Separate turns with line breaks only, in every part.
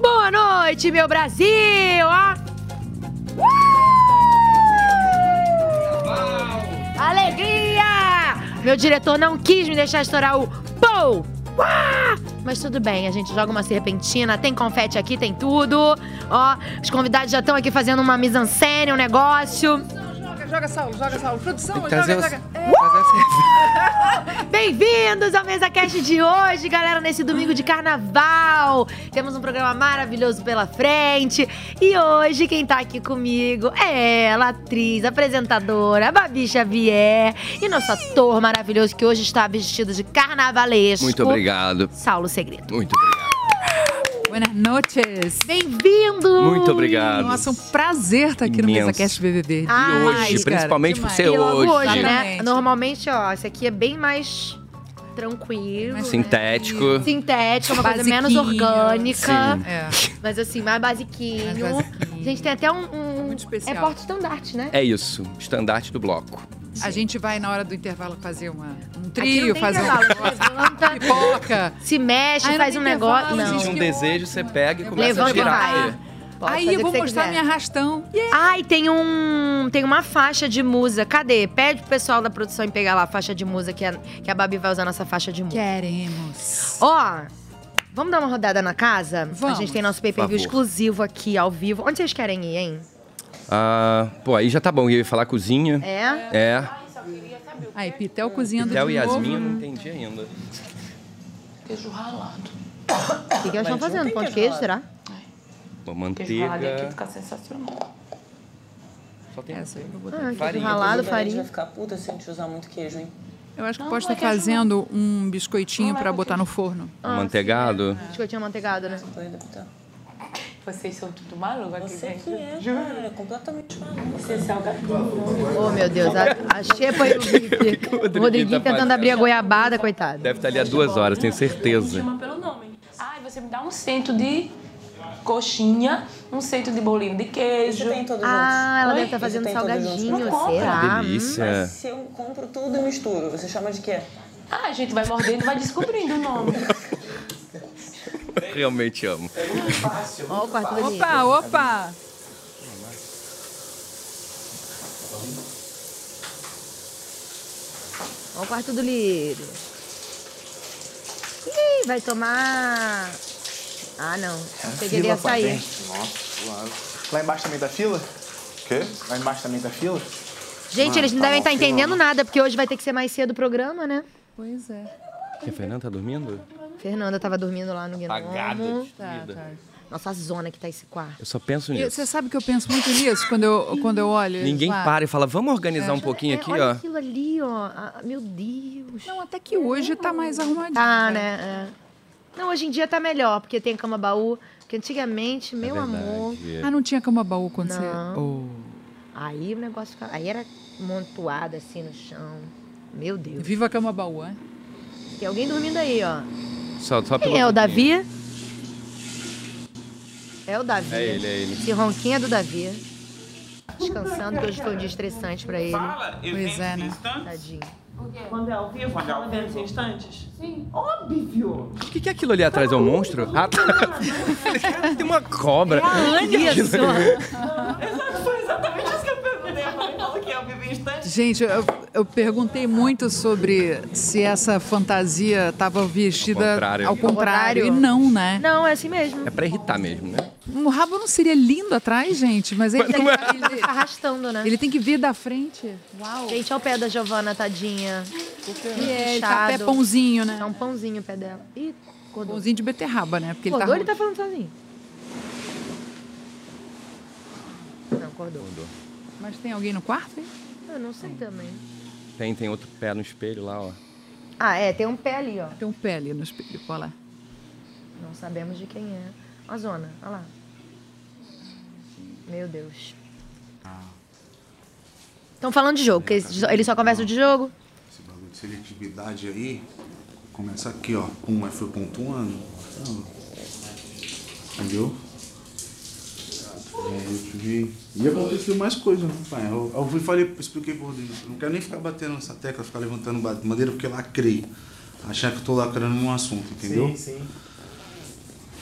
Boa noite, meu Brasil! Ó. Uh! Alegria! Meu diretor não quis me deixar estourar o pou! Uá! Mas tudo bem, a gente joga uma serpentina, tem confete aqui, tem tudo. Ó, os convidados já estão aqui fazendo uma mise en scène, um negócio.
Joga, joga Saulo, joga Saulo. Produção,
Tem que
joga,
trazer os-
joga. É,
Fazer assim.
Bem-vindos ao Mesa Cast de hoje, galera, nesse domingo de carnaval. Temos um programa maravilhoso pela frente. E hoje quem tá aqui comigo é ela, atriz, apresentadora, Babi Xavier. E nosso ator maravilhoso que hoje está vestido de carnavalesco.
Muito obrigado.
Saulo Segredo.
Muito obrigado.
Buenas noches.
Bem-vindo!
Muito obrigado.
Nossa, um prazer estar aqui no
Imenso.
MesaCast BBB.
E
Ah,
hoje,
cara,
demais,
principalmente por
demais.
Tipo, ser
E logo
hoje.
hoje, né?
Exatamente.
Normalmente, ó, esse aqui é bem mais tranquilo. né?
Mais
Sintético.
Sintético, é uma coisa menos
Basiquinho.
organica.
Sim.
É,
Mas assim, mais basiquinho.
Mais basiquinho.
Gente, tem até um. um-
muito
é
especial.
porte estandarte, né?
É isso. Estandarte do bloco.
A gente vai na hora do intervalo fazer uma, um
Aqui não
trio,
tem
fazer
intervalo,
um
você levanta,
pipoca.
se mexe,
Ai, não
faz um
tem
negócio.
intervalo,
Se
Não.
tinha um
que
desejo, você pega e começa
Levanta
a
e vai.
tirar.
Pode
Aí
fazer
eu
o
vou
que você
mostrar
quiser.
minha arrastão.
Ai, tem um. Tem uma faixa de musa. Cadê? Pede pro pessoal da produção em pegar lá a faixa de musa, que a, que a Babi vai usar a nossa faixa de musa.
Queremos.
Ó, vamos dar uma rodada na casa? A
Vamos.
gente tem nosso
Por
pay-per-view
favor.
exclusivo aqui, ao vivo. Onde vocês querem ir, hein?
Ah, pô, aí já tá bom. Eu ia falar cozinha.
É?
É.
Aí, Pitel cozinhando
Theo
de
e
novo.
Yasmin, eu não entendi ainda.
O que, que elas estão fazendo? Pão de queijo, será?
Pô,
Queijo ralado aqui
manteiga.
fica sensacional.
Só tem
Essa aí que eu botei.
Ah, queijo
Farinha.
ralado,
Inclusive, a gente
farinha.
vai ficar puta se a gente usar muito queijo, hein?
Eu acho que
Não,
pode
não
estar
é queijo, é
fazendo um biscoitinho pra botar no forno.
Ah,
um manteigado.
Biscoitinho amanteigado, né?
tá Doida, puta.
Vocês são tudo maluco aqui
Você
dentro.
que é, cara, é completamente maluco. Você é salgadinho.
Oh, meu Deus, a, a xepa e o Vicky.
que o
O
Rodriguinho
Rodriguinho
tá
tentando
fazendo?
abrir a goiabada, coitado.
Deve estar ali há duas horas, tenho certeza.
Chama pelo nome. Ai, você me dá um cento de coxinha, um cento de bolinho de
Isso
queijo.
tem em todos
Ah,
juntos.
ela deve estar
Isso
fazendo
tem em todos juntos.
salgadinho,
Não compra.
será?
Delícia.
Se eu compro tudo e misturo, você chama de quê?
Ah, a gente vai mordendo e vai descobrindo o nome.
Realmente amo.
Ó, o quarto do Rodriguinho.
Opa, opa!
Ó o quarto do lírio. Ih, vai tomar. Ah, não. Peguei ele
É Fila
ia
com a
sair.
gente, Nossa, suave. Lá embaixo também tá fila? Quê? Lá embaixo também tá fila?
Gente, eles não
tá
devem
bom,
estar
filma.
entendendo nada, porque hoje vai ter que ser mais cedo o programa, né?
Pois é.
E a Fernanda tá dormindo?
Fernanda tava dormindo lá no Guinomo.
Tá, tá.
Nossa, a zona que tá esse quarto.
Eu só penso
E
nisso.
Você sabe que eu penso muito nisso quando eu, quando eu olho.
Ninguém
lá.
para e fala, vamos organizar um pouquinho
É,
aqui,
olha
ó.
aquilo ali, ó. Ah, meu Deus.
Não, até que hoje tá mais arrumadinho.
Tá, né? É. Não, hoje em dia tá melhor, porque tem cama baú. Porque antigamente,
É
meu amor.
Ah, não tinha cama baú quando você. Oh.
Aí o negócio ficava. Aí era montuado assim no chão. Meu Deus.
Viva a cama baú, é? hein?
Tem alguém dormindo aí, ó.
Só, só pelo
Quem é
pouquinho.
o Davi? É o Davi.
É ele, é ele.
Esse ronquinho é do Davi. Descansando, que hoje foi um dia estressante pra ele.
Fala
Pois
eventos
é, né?
instantes.
Tadinho.
Quando é ao vivo, fala eventos instantes.
O que, que é aquilo ali atrás? É um monstro? Ah, tá. Tem uma
É
cobra.
Isso!
Foi exatamente isso que eu perguntei. Eu falei, fala que é ao vivo instantes.
Gente, eu, eu perguntei muito sobre se essa fantasia tava vestida
Ao contrário.
ao contrário.
Ao contrário.
E não, né?
Não, é assim mesmo.
É pra irritar mesmo, né?
Um rabo não seria lindo atrás, gente, mas ele, tem,
Ele fica arrastando, né?
ele tem que vir da frente. Uau.
Gente, olha o pé da Giovana, tadinha.
E é, ele
Inchado.
tá pé pãozinho, né?
É um pãozinho o pé dela. Ih, acordou.
Pãozinho de beterraba, né? Porque ele
Acordou
tá,
ele tá falando sozinho? Não, acordou.
Mas tem alguém no quarto? hein?
Eu não sei também.
Tem, tem outro pé no espelho lá, ó.
Ah, é, tem um pé ali, ó.
Tem um pé ali no espelho, olha lá.
Não sabemos de quem é. A zona, olha lá. Meu Deus. Estão falando de jogo, porque eles eles só conversam de jogo.
Esse bagulho de seletividade aí, começa aqui, ó. Um é foi pontuando. Não. Entendeu? É, eu tive. E aconteceu mais coisa, né, pai? Eu, eu fui e falei, expliquei pro Rodrigo, eu não quero nem ficar batendo nessa tecla, ficar levantando ba- bandeira, porque lacrei. Achar que eu tô lacrando num assunto, entendeu? Sim, sim.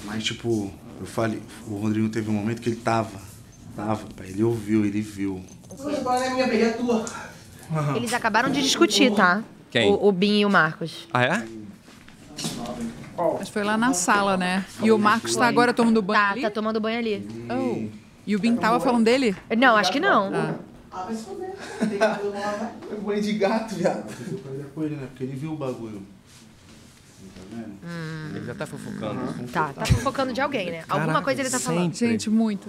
Mas tipo, Eu falei, o Rodrigo teve um momento que ele tava. Tava, pai. Ele ouviu, ele viu.
é
Eles acabaram de discutir, tá?
Quem?
O, o Bim e o Marcos.
Ah, é?
Mas foi lá na sala, né? E o Marcos tá agora tomando banho
Tá,
ali?
tá tomando banho ali.
Oh. E o Bim tava falando dele? Ah.
Não, acho que não.
Eu banho de gato, viado.
Deu pra olhar com ele, né? Porque ele viu o bagulho. Tá vendo?
Ele já tá fofocando.
Tá, tá fofocando de alguém, né? Alguma coisa ele tá falando.
Gente, muito.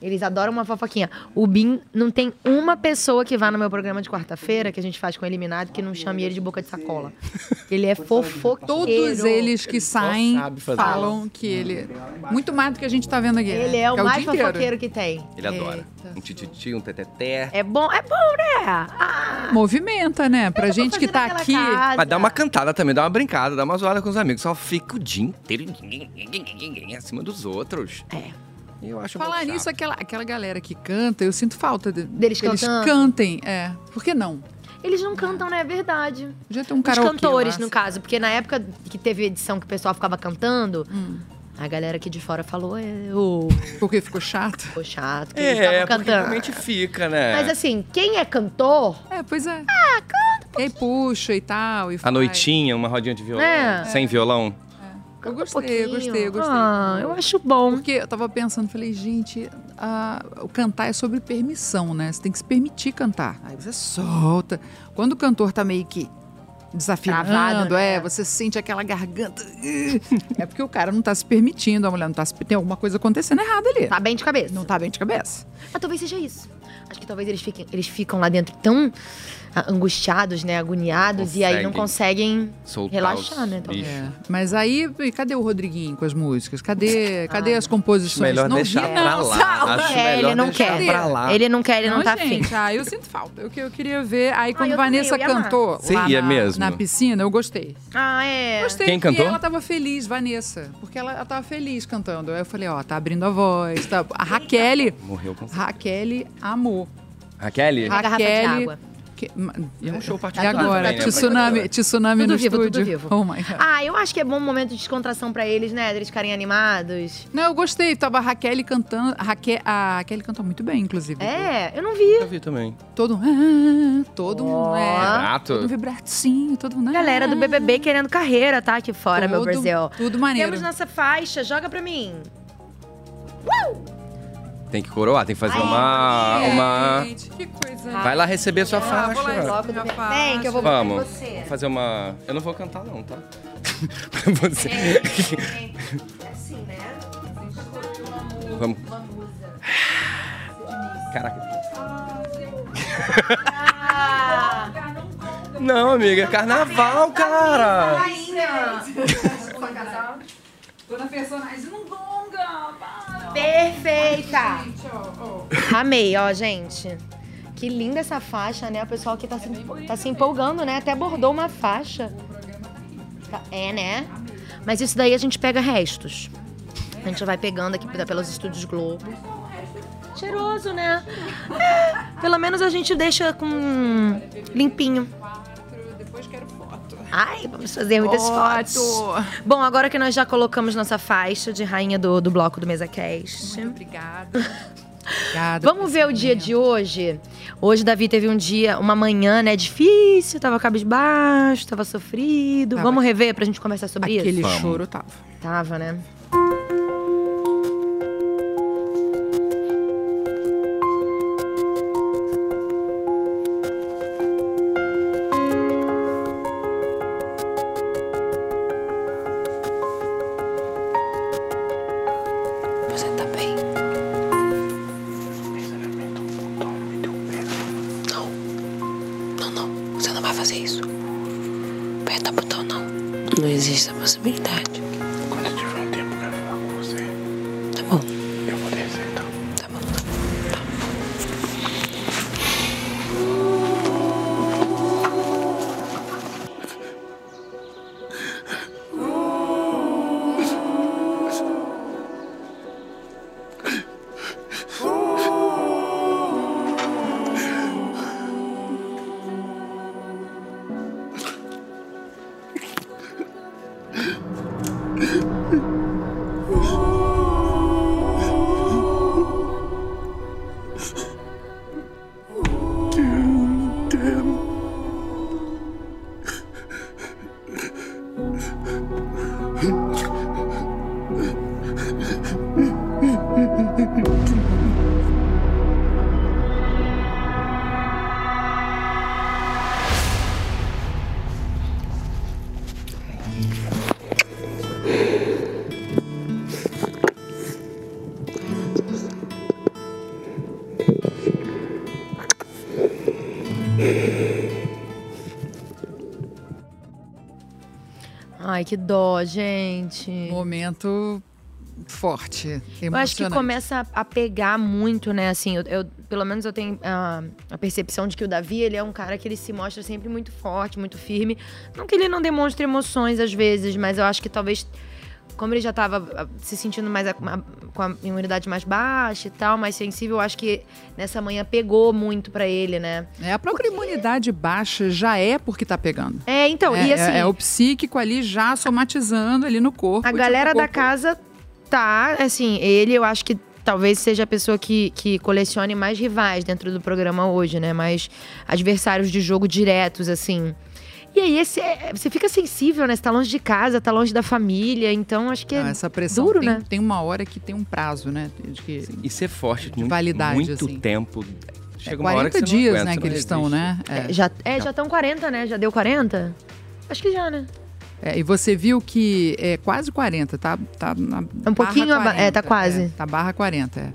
Eles adoram uma fofoquinha. O Bim não tem uma pessoa que vá no meu programa de quarta-feira, que a gente faz com eliminado, que não chame ele de boca de sacola. Ele é fofoqueiro.
Todos eles que saem
sabe fazer
falam que ele. Muito mais do que a gente tá vendo aqui. né?
Ele é o
Que
mais
dia inteiro.
fofoqueiro que tem.
Ele adora. Um tititi, um teteté.
É bom, é bom, né? Ah,
Movimenta, né? Pra gente que tá
naquela
aqui.
casa.
Mas dá uma cantada também, dá uma brincada, dá uma zoada com os amigos. Só fica o dia inteiro acima dos outros. É. Eu acho
Falar nisso, aquela, aquela galera que canta, eu sinto falta de-
Deles
que eles
cantando.
cantem. É. Por que não?
Eles não cantam, né? É verdade.
Podia ter um
Os
karaokê.
cantores,
lá.
no caso, porque na época que teve edição que o pessoal ficava cantando,
Hum.
a galera aqui de fora falou, é, ô,
Porque ficou chato.
ô, chato, que eles
É,
estavam
porque
cantando.
realmente fica, né?
Mas assim, quem é cantor,
É, pois é. Ah, canta.
um
E aí puxa e tal. E
A
faz.
noitinha, uma rodinha de violão.
É.
Sem violão.
Eu
um
gostei, eu
pouquinho.
gostei, eu gostei.
Ah, eu acho bom.
Porque eu tava pensando, falei, gente, a- o cantar é sobre permissão, né? Você tem que se permitir cantar. Aí você solta. Quando o cantor tá meio que desafinado,
Travado, né?
é, você sente aquela garganta. é porque o cara não tá se permitindo, a mulher não tá se Tem alguma coisa acontecendo errada ali.
Tá bem de cabeça.
Não tá bem de cabeça.
Mas Ah, talvez seja isso. Acho que talvez eles fiquem, eles ficam lá dentro tão ah, angustiados, né? Agoniados, e aí não conseguem
Soltar
relaxar,
os
né? talvez.
bichos.
É. Mas aí, e cadê o Rodriguinho com as músicas? Cadê, cadê as composições?
Melhor
não
deixar
vi,
pra
não,
lá.
sabe?
Acho
Ah, É,
melhor
ele não
deixar
quer.
pra lá.
Ele não quer, ele não, tá afim. Ah,
gente, ah, eu sinto falta. Eu, que- eu queria ver. Aí quando
eu também,
Vanessa
eu ia amar.
cantou lá
Seria
na,
é mesmo?
na piscina, eu gostei.
Ah, é.
Gostei
Quem
porque
cantou?
ela tava feliz, Vanessa. Porque ela, ela tava feliz cantando. Aí eu falei, ó, tá abrindo a voz. Tá... A Raquel.
Morreu com
Raquel amou.
Raquel?
Uma garrafa de
Raquel.
água.
que- ma-
É um show
E
particular.
agora?
também, né, pra
Tsunami,
galera.
tsunami
Tudo
no
vivo,
estúdio.
tudo vivo.
Oh my God.
Ah, eu acho que é bom um momento de descontração pra eles, né? Eles ficarem animados.
Não, eu gostei. Tava a Raquel cantando. A Raquel, a Raquel cantou muito bem, inclusive.
É, eu não
Eu
vi.
vi também.
Todo um. ah, todo um. É,
Barato.
todo um vibratinho, todo um. ah,
Galera do BBB querendo carreira, tá? Aqui fora, meu
tudo-
Brasil.
Tudo maneiro.
Temos nossa faixa, joga pra mim.
Tem que coroar, tem que fazer uma. uma...
Gente, que coisa.
Vai lá receber sua
Ah, vou lá
faixa.
receber
Logo do
minha
Vem, que eu vou
faixa.
botar em
Vamos.
você.
Vou fazer uma. Eu não vou cantar, não, tá? pra você.
É assim, né?
Vamos. Caraca.
Ah,
Não, amiga, é carnaval,
Tá
Ah.
cara!
Dona personagem não gonga. Para.
perfeita!
Gente, ó, ó.
Amei, ó, gente. Que linda essa faixa, né? O pessoal aqui tá
É
se, tá se empolgando, né? Até bordou uma faixa. Tá- É, né? Mas isso daí a gente pega restos. A gente vai pegando aqui pela- pelos estúdios Globo. Cheiroso, né? É, pelo menos a gente deixa com um limpinho.
Quatro, depois quero foto.
Ai, vamos fazer muitas
Foto.
fotos. Bom, agora que nós já colocamos nossa faixa de rainha do, do bloco do Mesa Cast.
Muito obrigada. Obrigada.
Vamos ver o dia de hoje? Hoje, Davi teve um dia, uma manhã, né? Difícil, tava cabisbaixo, tava sofrido.
Tava.
Vamos rever pra gente conversar sobre
Aquele
isso?
choro tava.
Tava, né?
Você tá bem? Não. Não, não. Você não vai fazer isso. Aperta o botão, não. Não existe essa possibilidade.
Quando eu tiver um tempo, eu quero falar com você.
Tá bom,
Eu vou descer, então.
tá bom.
Oh.
Você
Ai, que dó, gente.
Momento forte,
Eu acho que
emocionante.
começa a pegar muito, né? Assim, eu, eu- pelo menos eu tenho ah, a percepção de que o Davi, ele é um cara que ele se mostra sempre muito forte, muito firme. Não que ele não demonstre emoções às vezes, mas eu acho que talvez, como ele já tava ah, se sentindo mais a- a- com a imunidade mais baixa e tal, mais sensível, eu acho que nessa manhã pegou muito pra ele, né?
É, a própria imunidade baixa já é porque tá pegando.
É, então,
é,
e assim.
é, é o psíquico ali já somatizando ali no corpo.
A
e, tipo,
galera
o
da
corpo-
casa tá, assim, ele eu acho que talvez seja a pessoa que, que colecione mais rivais dentro do programa hoje, né? Mais adversários de jogo diretos, assim. E aí, esse, é- você fica sensível, né? Você tá longe de casa, tá longe da família, então acho que
Não,
é
essa pressão
duro,
tem,
né?
tem uma hora que tem um prazo, né? De que
E ser forte muito,
validade,
muito
assim.
tempo. Chega
é
uma hora
40
que você
dias,
não aguenta,
né, que
não
eles estão,
resiste.
né? É.
É, já é, já estão 40, né? Já deu 40? Acho que já, né?
É, e você viviu que é quase 40, tá? tá na barra
Um pouquinho aba- é, tá quase.
tá barra 40, é.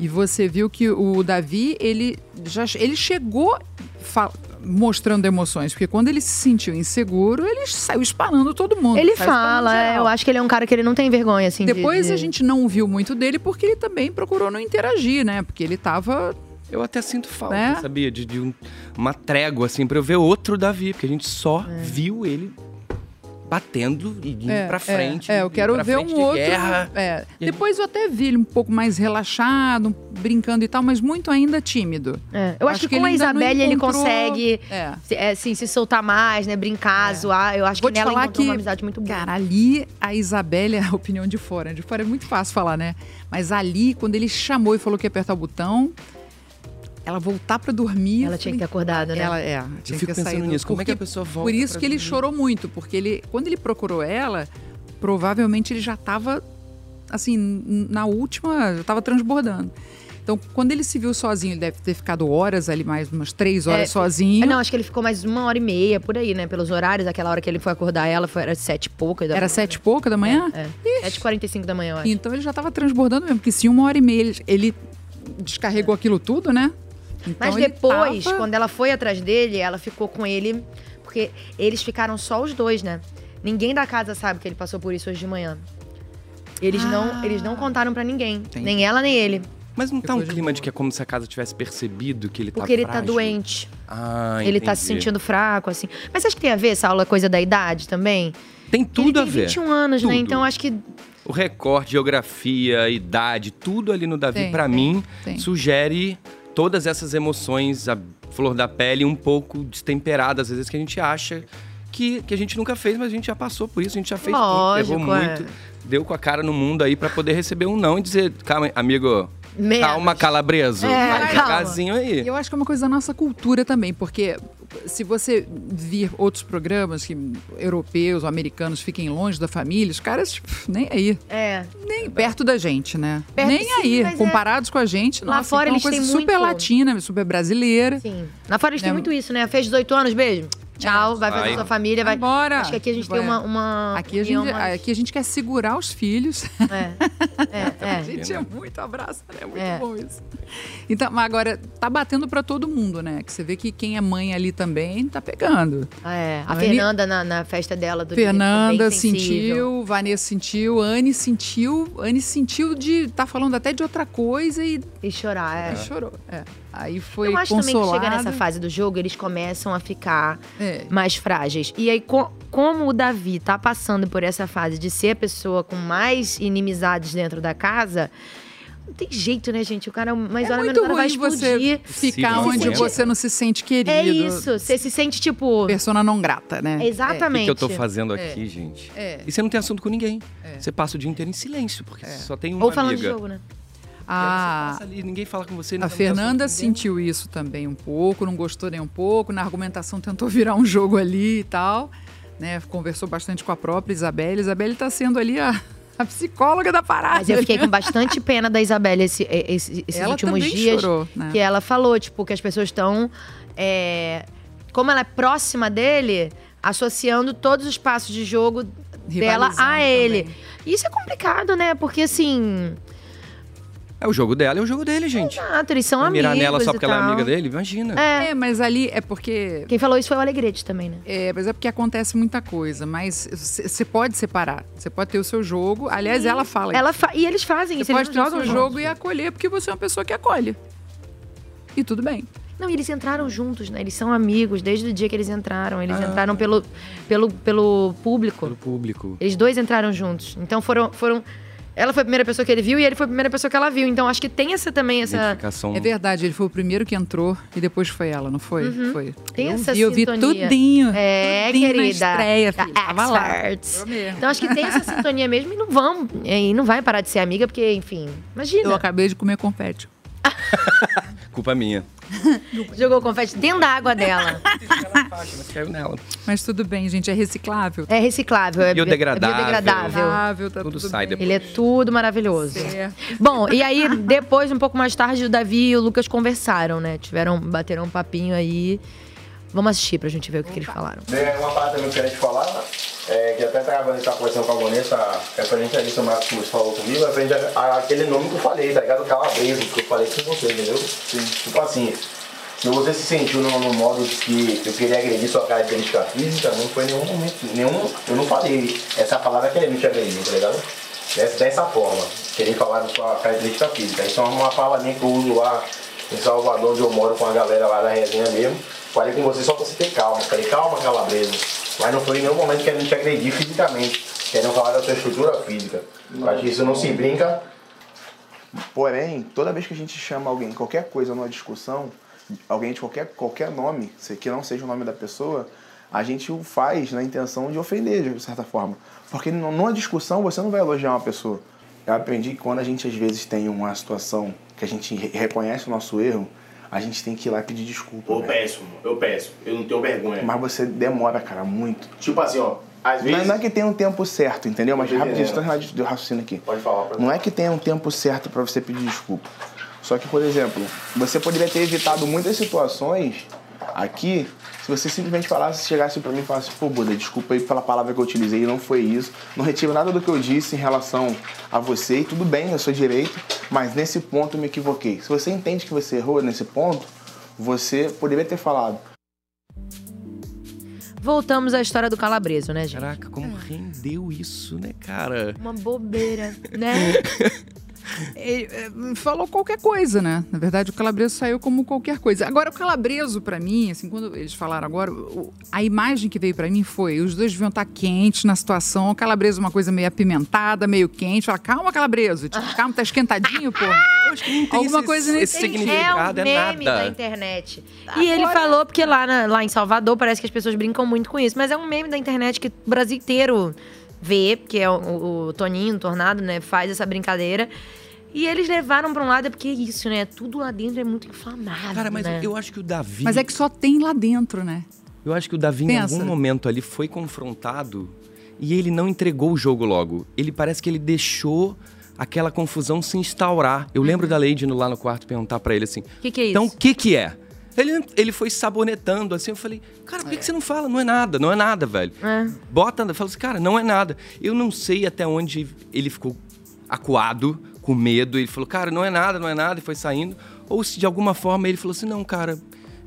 E você viu que o Davi, ele já ele chegou fa- mostrando emoções, porque quando ele se sentiu inseguro, ele saiu espalhando todo mundo.
Ele
saiu espalando
fala, é,
geral.
eu acho que ele é um cara que ele não tem vergonha, assim. de-
Depois a
de-
gente não viu muito dele porque ele também procurou não interagir, né? Porque ele tava.
Eu até sinto falta,
Né?
sabia? De, de um- uma trégua, assim, pra eu ver outro Davi. Porque a gente só viu ele batendo e indo pra frente.
É. É, eu
indo
quero
pra
ver
frente
um
de
outro.
Guerra.
é.
E a
Depois eu até vi ele um pouco mais relaxado, brincando e tal, mas muito ainda tímido.
É, Eu acho, que, com a
ele ainda não
Isabelle ele
encontrou-
consegue
É.
se- é, assim, se soltar mais, né? Brincar, zoar. Eu acho
Vou
que
te
nela
falar
encontrou
que-
uma amizade muito boa.
Cara, ali a Isabelle, a opinião de fora. né? De fora é muito fácil falar, né? Mas ali, quando ele chamou e falou que ia apertar o botão, ela voltar pra dormir.
Ela
eu
tinha
falei,
que ter acordado, né?
Ela é, tinha
Eu fico
que ter
pensando
saído.
nisso. Como é que a
Porque-
pessoa volta?
Por isso
pra
que ele
dormir?
chorou muito, porque ele, quando ele procurou ela, provavelmente ele já estava assim, n- na última, já estava transbordando. Então, quando ele se viu sozinho, ele deve ter ficado horas ali, mais umas três horas
É,
sozinho.
Ah, Não, acho que ele ficou mais uma hora e meia por aí, né? Pelos horários, aquela hora que ele foi acordar ela foi, era sete e pouca.
Era sete e pouca da manhã?
É, sete e quarenta e cinco da manhã, eu acho.
Então ele já estava transbordando mesmo, porque se uma hora e meia ele, ele descarregou aquilo tudo, né? Então,
Mas
ele
depois,
tava-
quando ela foi atrás dele, ela ficou com ele. Porque eles ficaram só os dois, né? Ninguém da casa sabe que ele passou por isso hoje de manhã. Eles, não, eles não contaram pra ninguém.
Ah. Entendi. então,
Nem ela, nem ele.
Mas não tá um
Depois de
clima de
boa.
que é como se a casa tivesse percebido que ele tá
Porque ele tá
frágil?
doente.
Ah,
ele tá se
entendi.
sentindo fraco, assim. Mas acho que tem a ver essa aula coisa da idade também?
Tem
Porque ele
tudo a
tem
ver.
21 anos, né?
Tudo.
Então acho que
O recorte, geografia, idade, tudo ali no Davi,
Tem,
pra
tem,
mim,
tem.
sugere todas essas emoções, a flor da pele, um pouco destemperada, às vezes, que a gente acha que, que a gente nunca fez, mas a gente já passou por isso, a gente já fez
Lógico,
tudo, levou
é.
muito, deu com a cara no mundo aí pra poder receber um não e dizer, calma, amigo,
Menos.
calma, calabreso,
É,
vai
calma.
devagarzinho
E
aí.
Eu acho que é uma coisa da nossa cultura também, porque se você vir outros programas que europeus ou americanos fiquem longe da família, os caras tipo, nem aí,
é.
nem perto da gente, né?
Perto,
nem
sim, mas
aí,
é-
comparados com a gente,
Lá
nossa,
fora
então é uma
eles
coisa
têm
super
muito-
latina, super brasileira.
Sim. Na fora eles têm
Né?
muito isso, né? Fez 18 anos, beijo. Tchau, vai fazer
Vai.
sua família, vai.
Bora.
Acho que aqui a gente
Vai.
tem uma. uma
Aqui a,
união
gente,
mais-
aqui a gente quer segurar os filhos.
É.
A
É, é.
gente é muito abraço, né? É muito
É.
bom isso. Então, mas agora, tá batendo pra todo mundo, né? Que você vê que quem é mãe ali também tá pegando.
É, A
Anne-
Fernanda na, na festa dela do dia,
Fernanda
ficou bem sensível.
sentiu, Vanessa sentiu, Anne sentiu, Anne sentiu de tá falando até de outra coisa e
E chorar, é.
chorou. É. Aí foi
Eu acho também que
consolada.
chega nessa fase do jogo, eles começam a ficar
É.
mais frágeis. E aí, co- como o Davi tá passando por essa fase de ser a pessoa com mais inimizades dentro da casa, não tem jeito, né, gente? O cara, mais
É
hora
muito
menos hora vai
ruim você
explodir.
ficar
Se
onde
sente-
você não se sente querido.
É isso. Você se sente tipo.
Persona não grata, né?
O
Exatamente.
que, que eu tô fazendo aqui, gente?
É.
E você não tem assunto com ninguém.
É.
Você passa o dia inteiro em silêncio, porque você só tem uma
Ou falando
amiga.
de jogo, né?
A,
Passa ali, ninguém fala com você.
Ah, a
ninguém tem
Fernanda
assunto com ninguém.
sentiu isso também um pouco, não gostou nem um pouco, na argumentação tentou virar um jogo ali e tal, né? Conversou bastante com a própria Isabelle. Isabelle tá sendo ali a, a psicóloga da parada.
Mas eu fiquei com bastante pena da Isabela esse- esse- esses
Ela
últimos
também
dias.
chorou, né?
Que ela falou, tipo, que as pessoas estão. é, como ela é próxima dele, associando todos os passos de jogo dela
Rivalizando
a ele.
também.
Isso é complicado, né? Porque assim.
É o jogo dela, é o jogo dele, gente.
Exato, eles são
Vai
amigos. assim.
mirar nela só
e
porque ela é
tal.
amiga dele? Imagina.
É.
É, mas ali é porque.
Quem falou isso foi o Alegrete também, né?
É, mas é porque acontece muita coisa, mas você pode separar. Você pode ter o seu jogo. Aliás, ela fala. isso.
Ela fa- E eles fazem isso.
Você
eles
pode ter o
não
seu
jogam
jogo e acolher, porque você é uma pessoa que acolhe. E tudo bem.
Não, e eles entraram juntos, né? Eles são amigos desde o dia que eles entraram. Eles
Ah.
entraram pelo, pelo, pelo público.
Pelo público.
Eles dois entraram juntos. Então foram, foram. Ela foi a primeira pessoa que ele viu e ele foi a primeira pessoa que ela viu. Então acho que tem essa também, essa.
Identificação.
É verdade, ele foi o primeiro que entrou e depois foi ela, não foi?
Uhum.
Foi.
Tem
eu
essa
vi, eu vi
sintonia.
tudinho.
É,
tudinho
querida.
Na estreia,
da
filho. Tava lá.
X-Farts.
mesmo.
Então acho que tem essa sintonia mesmo e não vão. E não vai parar de ser amiga, porque, enfim, imagina.
Eu acabei de comer confete.
Culpa minha.
Jogou confete dentro da água dela.
Mas caiu nela.
Mas tudo bem, gente, é reciclável.
É reciclável, é bi- é
Biodegradável.
biodegradável.
Reciclável, tá
Tudo
tudo,
sai
bem.
depois.
Ele é tudo maravilhoso.
Certo.
Bom, e aí depois, um pouco mais tarde, o Davi e o Lucas conversaram, né? Tiveram, bateram um papinho aí. Vamos assistir pra gente ver o que, que eles falaram.
Tem É, uma parada também que eu queria te falar, né? é, que até trabalhando estava conversando com a Vanessa, referente a isso, o Marcos Cruz falou comigo, referente a, a aquele nome que eu falei, tá ligado? Calabreso, que eu falei com você, entendeu? Tipo assim, se você se sentiu no, no modo que eu queria agredir sua característica física, não foi em nenhum momento, nenhum, eu não falei essa palavra querendo te agredir, tá ligado? Dessa, dessa forma, queria falar da sua característica física. Isso é uma fala minha que eu uso lá em Salvador, onde eu moro com a galera lá da resenha mesmo. Falei com você só pra você ter calma. Falei, calma, calabresa. Mas não foi em nenhum momento que a gente agredir fisicamente. Querendo falar da sua estrutura física. Eu acho que isso não se brinca.
Porém, toda vez que a gente chama alguém, qualquer coisa numa discussão, alguém de qualquer, qualquer nome, se- que não seja o nome da pessoa, a gente o faz na intenção de ofender, de certa forma. Porque nu- numa discussão você não vai elogiar uma pessoa. Eu aprendi que quando a gente às vezes tem uma situação que a gente re- reconhece o nosso erro, a gente tem que ir lá e pedir desculpa.
Eu
né?
peço, eu peço. Eu não tenho vergonha.
Mas você demora, cara, muito.
Tipo assim, ó. Às
Não é,
vezes.
não é que tenha um tempo certo, entendeu? Mas
Tô
rapidinho,
entendendo.
estou de raciocínio aqui.
Pode falar pra mim.
Não é que tenha um tempo certo pra você pedir desculpa. Só que, por exemplo, você poderia ter evitado muitas situações aqui se você simplesmente falasse, chegasse pra mim e falasse, pô, Buda, desculpa aí pela palavra que eu utilizei, não foi isso. Não retiro nada do que eu disse em relação a você, e tudo bem, eu sou direito, mas nesse ponto eu me equivoquei. Se você entende que você errou nesse ponto, você poderia ter falado,
Voltamos à história do calabreso, né, gente?
Caraca, como rendeu isso, né, cara?
Uma bobeira, né?
Ele, eh, falou qualquer coisa, né? Na verdade, o calabreso saiu como qualquer coisa. Agora, o calabreso, pra mim, assim, quando eles falaram agora, o- a imagem que veio pra mim foi: os dois deviam estar quentes na situação. O calabreso, uma coisa meio apimentada, meio quente. Fala, calma, calabreso.
Ah.
Tipo, calma, tá esquentadinho, pô.
tem
Alguma
esse-
coisa nesse
esse
sentido.
significado,
é um
é
meme
nada.
da internet. E ele falou, porque lá, na- lá em Salvador parece que as pessoas brincam muito com isso, mas é um meme da internet que o Brasil inteiro vê, porque é o, o Toninho, o Tornado, né, faz essa brincadeira. E eles levaram pra um lado, é porque é isso, né? Tudo lá dentro é muito inflamável.
Cara, mas
né?
eu acho que o Davi.
Mas é que só tem lá dentro, né?
Eu acho que o Davi, em
Pensa.
algum momento ali, foi confrontado e ele não entregou o jogo logo. Ele parece que ele deixou aquela confusão se instaurar. Eu
Uhum.
lembro da Lady indo lá no quarto perguntar pra ele assim: O
Que que é
Então, o
isso?"
que, que é? Ele, ele foi sabonetando assim. Eu falei: Cara, por que, que você não fala? Não é nada, não é nada, velho. Bota, fala assim: Cara, não é nada. Eu não sei até onde ele ficou acuado, com medo. Ele falou: Cara, não é nada, não é nada. E foi saindo. Ou se de alguma forma ele falou assim: Não, cara.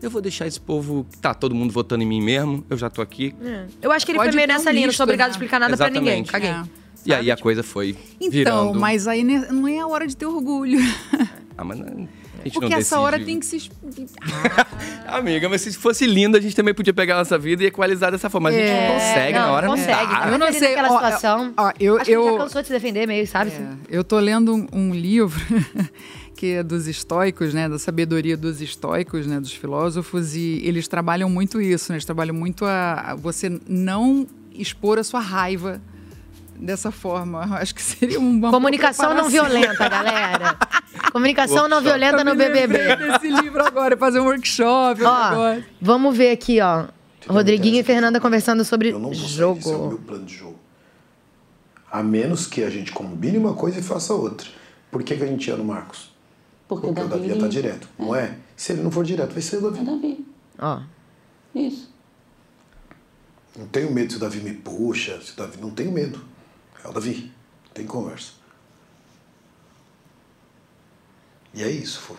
Eu vou deixar esse povo. Tá todo mundo votando em mim mesmo, eu já tô aqui.
É. Eu acho que ele
Pode
foi meio
ter um
nessa linha, não
misto,
sou obrigado a
né?
explicar nada pra ninguém.
Exatamente.
Caguei.
É.
E aí a coisa foi
Então,
virando.
mas aí né, não é a hora de ter orgulho.
Ah, mas não- a gente não
Porque essa
decide.
hora tem que se. es-
Amiga, mas se fosse lindo, a gente também podia pegar a nossa vida e equalizar dessa forma. Mas a gente não consegue
não,
na hora,
consegue,
não dá.
né?
Eu não
defendendo
sei.
aquela
ó,
situação.
Ó, eu,
Acho que ele já
eu,
cansou de se defender meio, sabe? assim?
É, eu tô lendo um, um livro que é dos estoicos, né, da sabedoria dos estoicos, né, dos filósofos e eles trabalham muito isso, né, eles trabalham muito a, a você não expor a sua raiva dessa forma. Acho que seria uma
Comunicação não
preparação.
violenta, galera. Comunicação não violenta
Eu
no
me
BBB.
lembrei desse livro agora, fazer um workshop, um
Ó,
negócio.
vamos ver aqui, ó. Rodriguinho e Fernanda conversando sobre
Eu não vou sair, esse é o meu
jogo.
plano de jogo. A menos que a gente combine uma coisa e faça outra. Por que, que a gente ia no Marcos?
Porque,
Porque o Davi ia estar direto, não é? Se ele não for direto, vai ser o Davi.
Davi,
Ó.
isso.
Não tenho medo se o Davi me puxa, se o Davi... Não tenho medo. É o Davi. Tem conversa. E é isso, foi.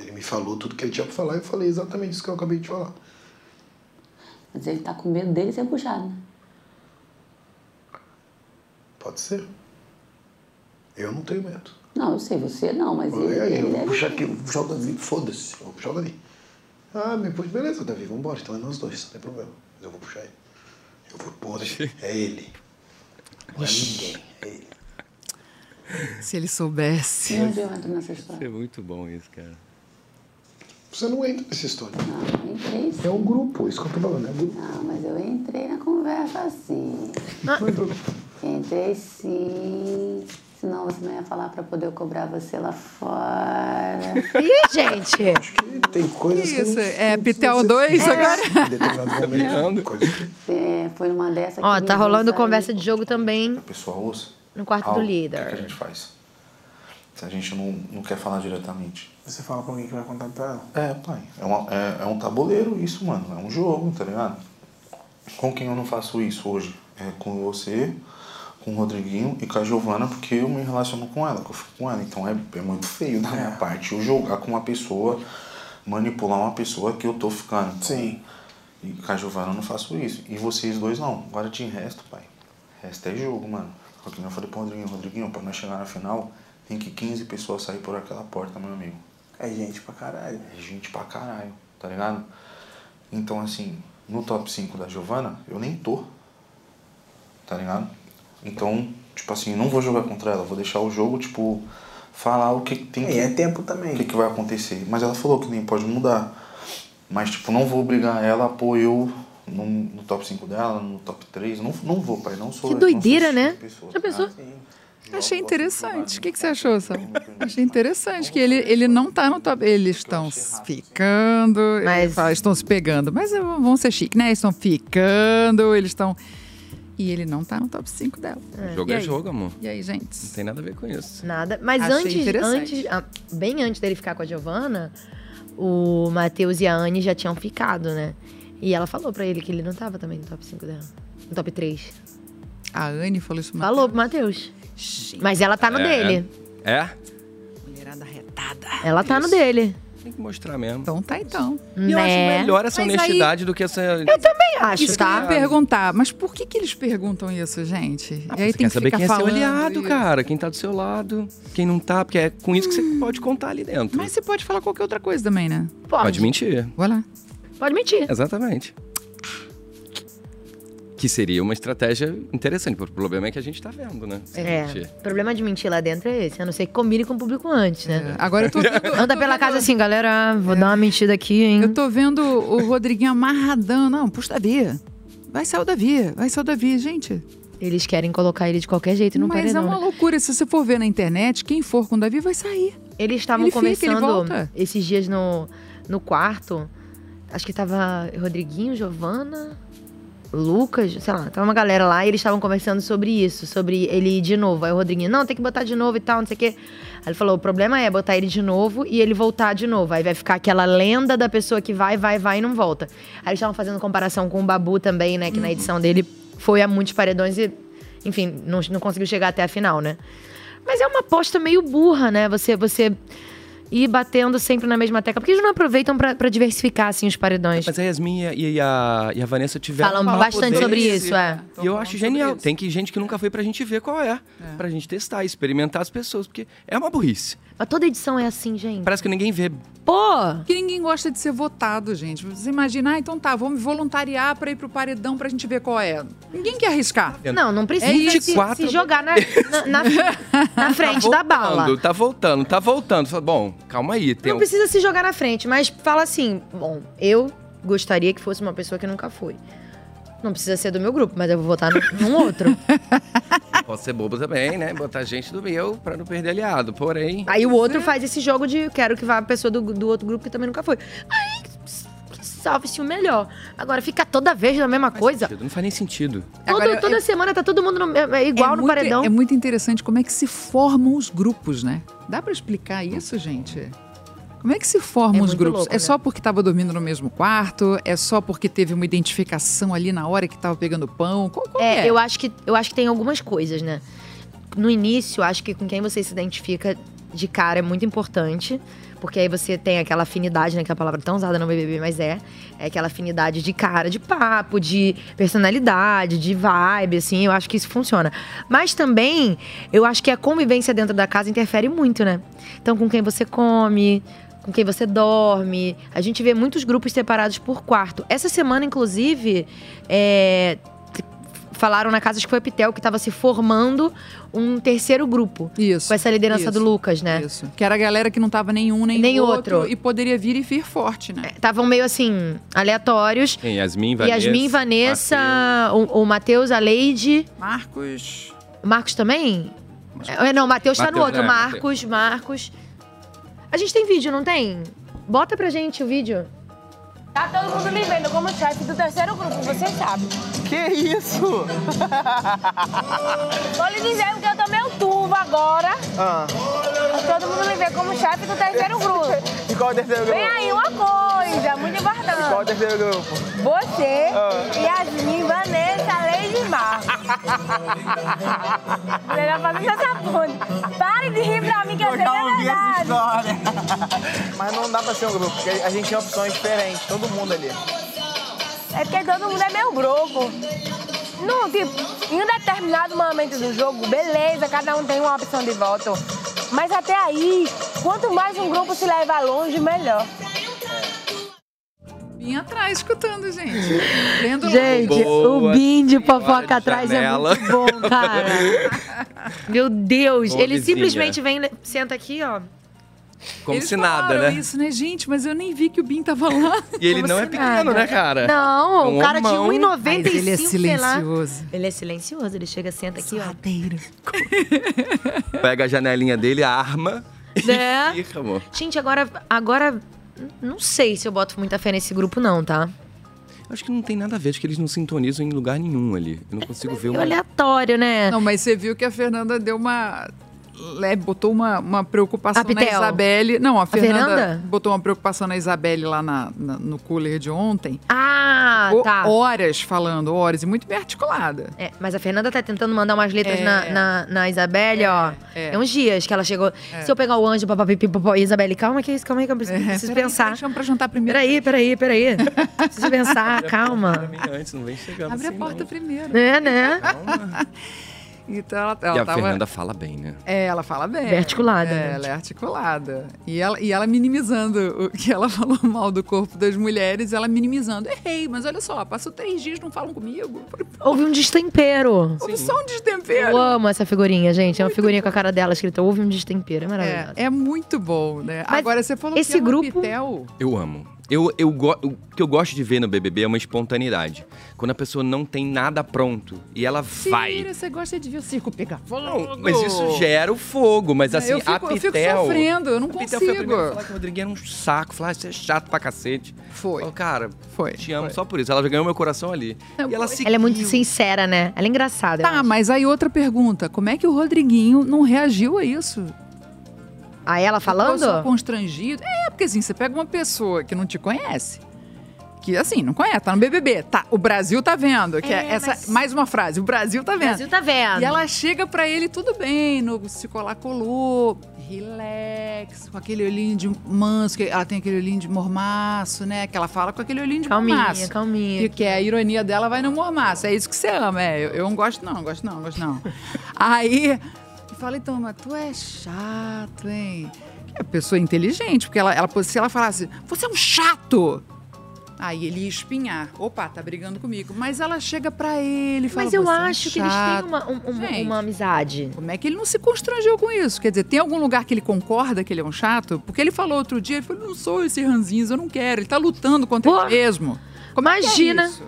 Ele me falou tudo que ele tinha pra falar e eu falei exatamente isso que eu acabei de falar.
Mas ele tá com medo dele ser puxado, né?
Pode ser. Eu não tenho medo.
Não, eu sei, você não, mas
Olha
ele,
aí, eu
ele
vou
deve-
puxar aqui, eu vou puxar o Davi, foda-se, eu vou puxar o Davi. Ah, me puxa, beleza, Davi, vambora, então é nós dois, não tem problema. Mas eu vou puxar ele. Eu vou pôr ele. É ele. Não é ninguém, é ele.
Se ele soubesse.
Meu Deus, eu entro nessa
Tá.
história.
É muito bom isso, cara.
Você não entra nessa história.
Não, eu entrei sim.
É um grupo, isso que eu tô falando, é um grupo.
Não, mas eu entrei na conversa assim. Entrei sim. Senão você não ia falar pra poder cobrar você lá fora.
Ih, gente!
Tem coisas que.
Isso, é PTO 2
É.
agora?
É, foi numa dessa
Ó,
que
tá
me
rolando
lançaram.
conversa de jogo também
pessoal ouça.
no quarto do
Algo.
líder.
O que, é que a gente faz? Se a gente não, não quer falar diretamente.
Você fala com alguém que vai contar pra ela.
É, pai. É, uma- é- é um tabuleiro isso, mano. É um jogo, tá ligado? Com quem eu não faço isso hoje? É com você, com o Rodriguinho e com a Giovana, porque eu me relaciono com ela, que eu fico com ela. Então é, é muito feio da minha parte eu jogar com uma pessoa, manipular uma pessoa que eu tô ficando. Sim. E com a Giovana eu não faço isso. E vocês dois não. Agora de resto, pai. Resto é jogo, mano. Só que nem eu falei pro Rodriguinho, Rodriguinho, pra nós chegar na final, tem que 15 pessoas sair por aquela porta, meu amigo. É gente pra caralho. É gente pra caralho, tá ligado? Então, assim, no top 5 da Giovana, eu nem tô. Tá ligado? Então, tipo assim, não vou jogar contra ela, vou deixar o jogo, tipo, falar o que que tem
É,
que.
e é tempo também.
O que, que vai acontecer. Mas ela falou que nem pode mudar. Mas, tipo, não vou obrigar ela a pôr eu no, no top 5 dela, no top 3. Não, não vou, pai. Não sou.
Que
não sou
doideira,
esse
né?
tipo de pessoa,
Já
tá
ah,
pensou?
ligado?
Achei interessante. O que, que você achou, Sal? Achei interessante que ele, ele não tá no top. Eles estão se ficando, ele fala, estão se pegando. Mas é, vamos ser chique, né? Eles estão ficando, eles estão. E ele não tá no top 5 dela.
Jogo
E
é
aí?
jogo, amor.
E aí, gente?
Não tem nada a ver com isso.
Nada. Mas
Achei
antes,
interessante.
antes ah, bem antes dele ficar com a Giovana, o Matheus e a Anne já tinham ficado, né? E ela falou pra ele que ele não tava também no top 5 dela. No top 3.
A Anne falou isso pro
Falou pro Matheus. Mas ela tá no
É,
dele.
É?
Ela tá no dele.
Tem que mostrar mesmo.
Então tá então.
E eu acho melhor essa
Mas aí-
honestidade do que essa.
Eu também acho,
isso
tá?
Que eu ia perguntar, mas por que, que eles perguntam isso, gente? e
Você quer
aí tem que
saber
ficar
quem é seu
falando
aliado,
isso.
cara. Quem tá do seu lado, quem não tá, porque é com isso que
Hum,
você pode contar ali dentro.
Mas você pode falar qualquer outra coisa também, né?
Pode. mentir.
Vai lá.
Pode mentir.
Exatamente. Que seria uma estratégia interessante, porque o problema é que a gente tá vendo, né? Se
É.
mentir.
O problema de mentir lá dentro é esse. A não ser que combine com o público antes, né?
É. Agora eu tô vendo-
Anda pela casa assim, galera. Vou dar uma mentida aqui, hein?
Eu tô vendo o Rodriguinho amarradão. Não, puxa Davi. Vai sair o Davi, vai sair o Davi, gente.
Eles querem colocar ele de qualquer jeito no
Mas
paredão.
é uma
né?
loucura. Se você for ver na internet, quem for com o Davi vai sair.
Eles estavam
Ele fica, ele
conversando
volta.
esses dias no, no quarto. Acho que tava Rodriguinho, Giovana, Lucas, sei lá, tava uma galera lá e eles estavam conversando sobre isso, sobre ele ir de novo. Aí o Rodriguinho, não, tem que botar de novo e tal, não sei o quê. Aí ele falou: o problema é botar ele de novo e ele voltar de novo. Aí vai ficar aquela lenda da pessoa que vai, vai, vai e não volta. Aí eles estavam fazendo comparação com o Babu também, né? Que
Uhum.
na edição dele foi a muitos paredões e, enfim, não, não conseguiu chegar até a final, né? Mas é uma aposta meio burra, né? Você, você ir batendo sempre na mesma tecla. Por que eles não aproveitam pra, pra diversificar, assim, os paredões?
Mas é a Yasmin e a, e a, e a Vanessa tiveram.
Falam
pra
bastante
poder-
sobre isso, é.
E eu acho genial. Tem que gente que nunca foi pra gente ver qual é. Pra gente testar, experimentar as pessoas, porque é uma burrice.
Mas toda edição é assim, gente.
Parece que ninguém vê.
Pô!
Que ninguém gosta de ser votado, gente. Você imagina, ah, então tá, vou me voluntariar pra ir pro paredão pra gente ver qual é. Ninguém quer arriscar. É
Não, não precisa se,
24
se jogar na, na, na- na frente da bala.
Tá voltando, tá voltando. Fala, Bom, calma aí. Tem
Não
um-
precisa se jogar na frente, mas fala assim: bom, eu gostaria que fosse uma pessoa que nunca foi. Não precisa ser do meu grupo, mas eu vou votar no- num outro.
Pode ser bobo também, né? Botar gente do meu pra não perder aliado. Porém.
Aí o
É,
outro faz esse jogo de quero que vá a pessoa do, do outro grupo que também nunca foi. Aí que salve-se o melhor. Agora fica toda vez na mesma coisa.
Não faz nem sentido.
Todo-
Agora,
toda semana tá todo mundo no- é- é igual
é
no
muito-
paredão.
É muito interessante como é que se formam os grupos, né? Dá pra explicar isso, gente? Como é que se formam os
É muito
grupos?
louco,
é
né?
só porque tava dormindo no mesmo quarto? É só porque teve uma identificação ali na hora que tava pegando pão? Qual, qual
É,
é?
eu acho que eu acho que tem algumas coisas, né? No início, acho que com quem você se identifica de cara é muito importante. Porque aí você tem aquela afinidade, né? Que é a palavra tão usada no BBB, mas é. É aquela afinidade de cara, de papo, de personalidade, de vibe, assim. Eu acho que isso funciona. Mas também, eu acho que a convivência dentro da casa interfere muito, né? Então, com quem você come, com quem você dorme. A gente vê muitos grupos separados por quarto. Essa semana, inclusive, é, t- falaram na casa, acho que foi a Pitel, que estava se formando um terceiro grupo. Isso. Com essa liderança
isso,
do Lucas, né?
Isso. Que era a galera que não tava nenhum nem,
Nem
é outro,
outro. É.
E poderia vir e vir forte, né?
Estavam meio assim, aleatórios.
Quem? Yasmin, Vanessa.
Yasmin, Vanessa, o, o Matheus, a Leide.
Marcos.
Marcos também? É, não, o Matheus tá no
Matheus,
outro.
é,
Marcos, Marcos. A gente tem vídeo, não tem? Bota pra gente o vídeo.
Tá todo mundo me vendo como chefe do terceiro grupo, você sabe. Que isso? Tô lhe dizendo que eu tomei o turvo agora.
Ah.
Todo mundo me vê como chefe do terceiro grupo.
E qual é o terceiro grupo?
Vem aí uma coisa muito
E qual é o
importante.
terceiro grupo?
Você, tá?
Ah.
Yasmin, Vanessa, Leide Marcos. Você já fazer seu sapone. Pare de rir pra mim que eu sei que é
ouvi essa
verdade.
história. Mas não dá pra ser um grupo, porque a gente tem opções diferentes, todo mundo ali.
É porque todo mundo é meu grupo. Não, tipo, em um determinado momento do jogo, beleza, cada um tem uma opção de voto. Mas até aí, quanto mais um grupo se leva longe, melhor.
Vim atrás escutando, gente. Lendo
Gente, o Bim de fofoca atrás
janela.
é muito bom, cara. Meu Deus,
Boa
ele
vizinha.
simplesmente vem, senta aqui, ó.
Como
Eles
se nada,
falaram
né?
isso, né, gente? Mas eu nem vi que o Bim tá tava lá.
E ele
Como
não é
se
pequeno,
nada.
né, cara?
Não,
É um
o cara de
homão.
1,95,
Mas ele é
sei lá.
silencioso.
Ele é silencioso, ele chega, senta aqui, ó.
né?
Pega a janelinha dele, a arma
Né?
e fica, amor.
Gente, agora, agora, não sei se eu boto muita fé nesse grupo não, tá?
Acho que não tem nada a ver, acho que eles não sintonizam em lugar nenhum ali. Eu não consigo ver uma...
aleatório, né?
Não, mas você viu que a Fernanda deu uma. le- Botou uma, uma preocupação
A
na
Pitel.
Isabelle. Não, a
A
Fernanda,
Fernanda?
botou uma preocupação na Isabelle lá na- na- no cooler de ontem.
Ah,
Ficou
tá.
Horas falando, horas, e muito bem articulada.
É, mas a Fernanda tá tentando mandar umas letras
É.
na, na, na Isabelle, ó.
é.
É. uns dias que ela chegou. Se eu pegar o anjo, papapipi, papai, Isabelle, calma que é isso, calma aí que eu preciso, preciso pensar. Peraí,
pra jantar primeiro.
Peraí, peraí, peraí. preciso pensar, calma.
Antes, não vem chegando.
Ah,
assim.
Abre a porta primeiro.
É, né?
Então ela,
e
ela
a
tava.
Fernanda fala bem, né?
É, ela fala bem.
Bem articulada,
É,
né?
ela é articulada. E ela, e ela minimizando o que ela falou mal do corpo das mulheres, ela minimizando. Errei, mas olha só, passou três dias, não falam comigo.
Houve um destempero.
Houve só um destempero.
Eu amo essa figurinha, gente. É uma figurinha com a cara dela escrita. Houve um destempero. É maravilhoso.
É, é muito bom, né?
Mas
Agora você falou
esse
que ama
grupo-
Pitel.
Eu amo. Eu, eu go- O que eu gosto de ver no BBB é uma espontaneidade. Quando a pessoa não tem nada pronto e ela vai.
Mentira, você gosta de ver o circo pegar fogo.
Mas isso é gera o fogo. Mas
Não,
assim,
É, eu fico-
a
eu fico
Pitel...
sofrendo, eu
a
não
Pitel foi a
consigo.
primeira a falar que o Rodriguinho era um saco. Falar, "Ah, você é chato pra cacete.
Foi.
cara,
foi,
te amo só por isso. Ela ganhou meu coração ali. E ela se...
Ela é muito sincera, né? Ela é engraçada.
Tá, mas aí outra pergunta. Como é que o Rodriguinho não reagiu a isso?
A ela falando?
Ficou só constrangido. É, porque assim, você pega uma pessoa que não te conhece, que assim, não conhece, tá no BBB, tá, o Brasil tá vendo, que é,
É,
essa,
mas-
mais uma frase, o Brasil tá
O
vendo.
Brasil tá vendo.
E ela chega pra ele, tudo bem, no se colar, colou, relax, com aquele olhinho de manso, que ela tem aquele olhinho de mormaço, né, que ela fala com aquele olhinho de
Calminha,
mormaço.
calminha.
E que a ironia dela vai no mormaço, é isso que você ama, é, eu, eu não gosto não, não gosto não, não gosto não. Aí, fala então, mas tu é chato, hein? É pessoa inteligente, porque ela, ela- se ela falasse, você é um chato! Aí ele ia espinhar. Opa, tá brigando comigo. Mas ela chega pra ele e fala,
Mas eu
"Você é um
acho que eles têm
chato."
uma- um- uma-
Gente,
uma amizade.
Como é que ele não se constrangeu com isso? Quer dizer, tem algum lugar que ele concorda que ele é um chato? Porque ele falou outro dia, ele falou, não sou esse ranzinho, eu não quero. Ele tá lutando contra ele mesmo. Como é que é
Imagina.
isso?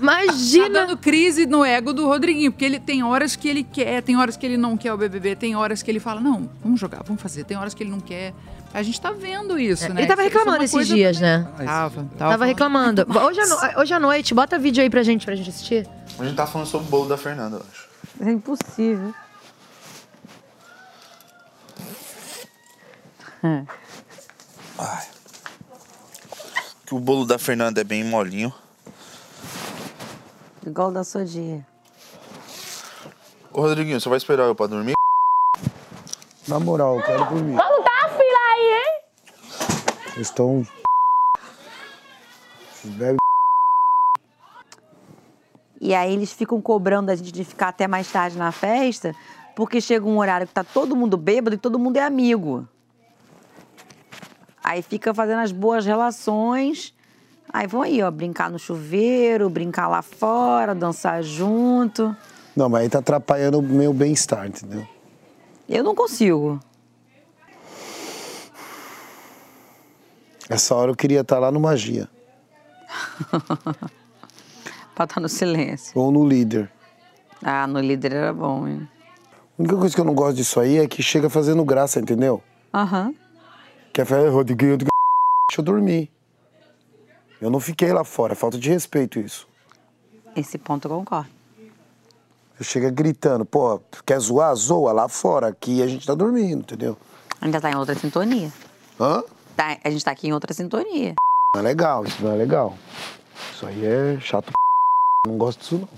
Imagina.
Tá dando crise no ego do Rodriguinho, porque ele tem horas que ele quer, tem horas que ele não quer o BBB, tem horas que ele fala, não, vamos jogar, vamos fazer, tem horas que ele não quer. A gente tá vendo isso,
É,
né?
ele tava
Isso é uma
reclamando esses
coisa
dias,
também.
né?
Tava, tava.
Tava
falando.
reclamando. Hoje à, no- hoje à noite, bota vídeo aí pra gente, pra gente assistir.
A gente tá falando sobre o bolo da Fernanda, eu acho.
É impossível.
Ai. Que o bolo da Fernanda é bem molinho.
Igual da Sodia.
Ô, Rodriguinho, você vai esperar eu pra dormir?
Na moral, eu quero por mim.
Como tá a fila aí, hein?
Vocês estão. Vocês bebem.
E aí eles ficam cobrando a gente de ficar até mais tarde na festa, porque chega um horário que tá todo mundo bêbado e todo mundo é amigo. Aí fica fazendo as boas relações. Aí vão aí, ó, brincar no chuveiro, brincar lá fora, dançar junto.
Não, mas aí tá atrapalhando o meu bem-estar, entendeu?
Eu não consigo.
Essa hora eu queria estar lá no Magia.
pra estar no silêncio.
Ou no líder.
Ah, no líder era bom, hein?
A única coisa que eu não gosto disso aí é que chega fazendo graça, entendeu?
Aham.
Quer falar, Rodriguinho, Rodriguinho, deixa eu dormir. Eu não fiquei lá fora, é falta de respeito isso.
Esse ponto eu concordo.
Você chega gritando, pô, quer zoar? Zoa lá fora, aqui a gente tá dormindo, entendeu?
Ainda tá em outra sintonia.
Hã?
Tá- a gente tá aqui em outra sintonia.
Não é legal, isso não é legal. Isso aí é chato. Não gosto disso, não.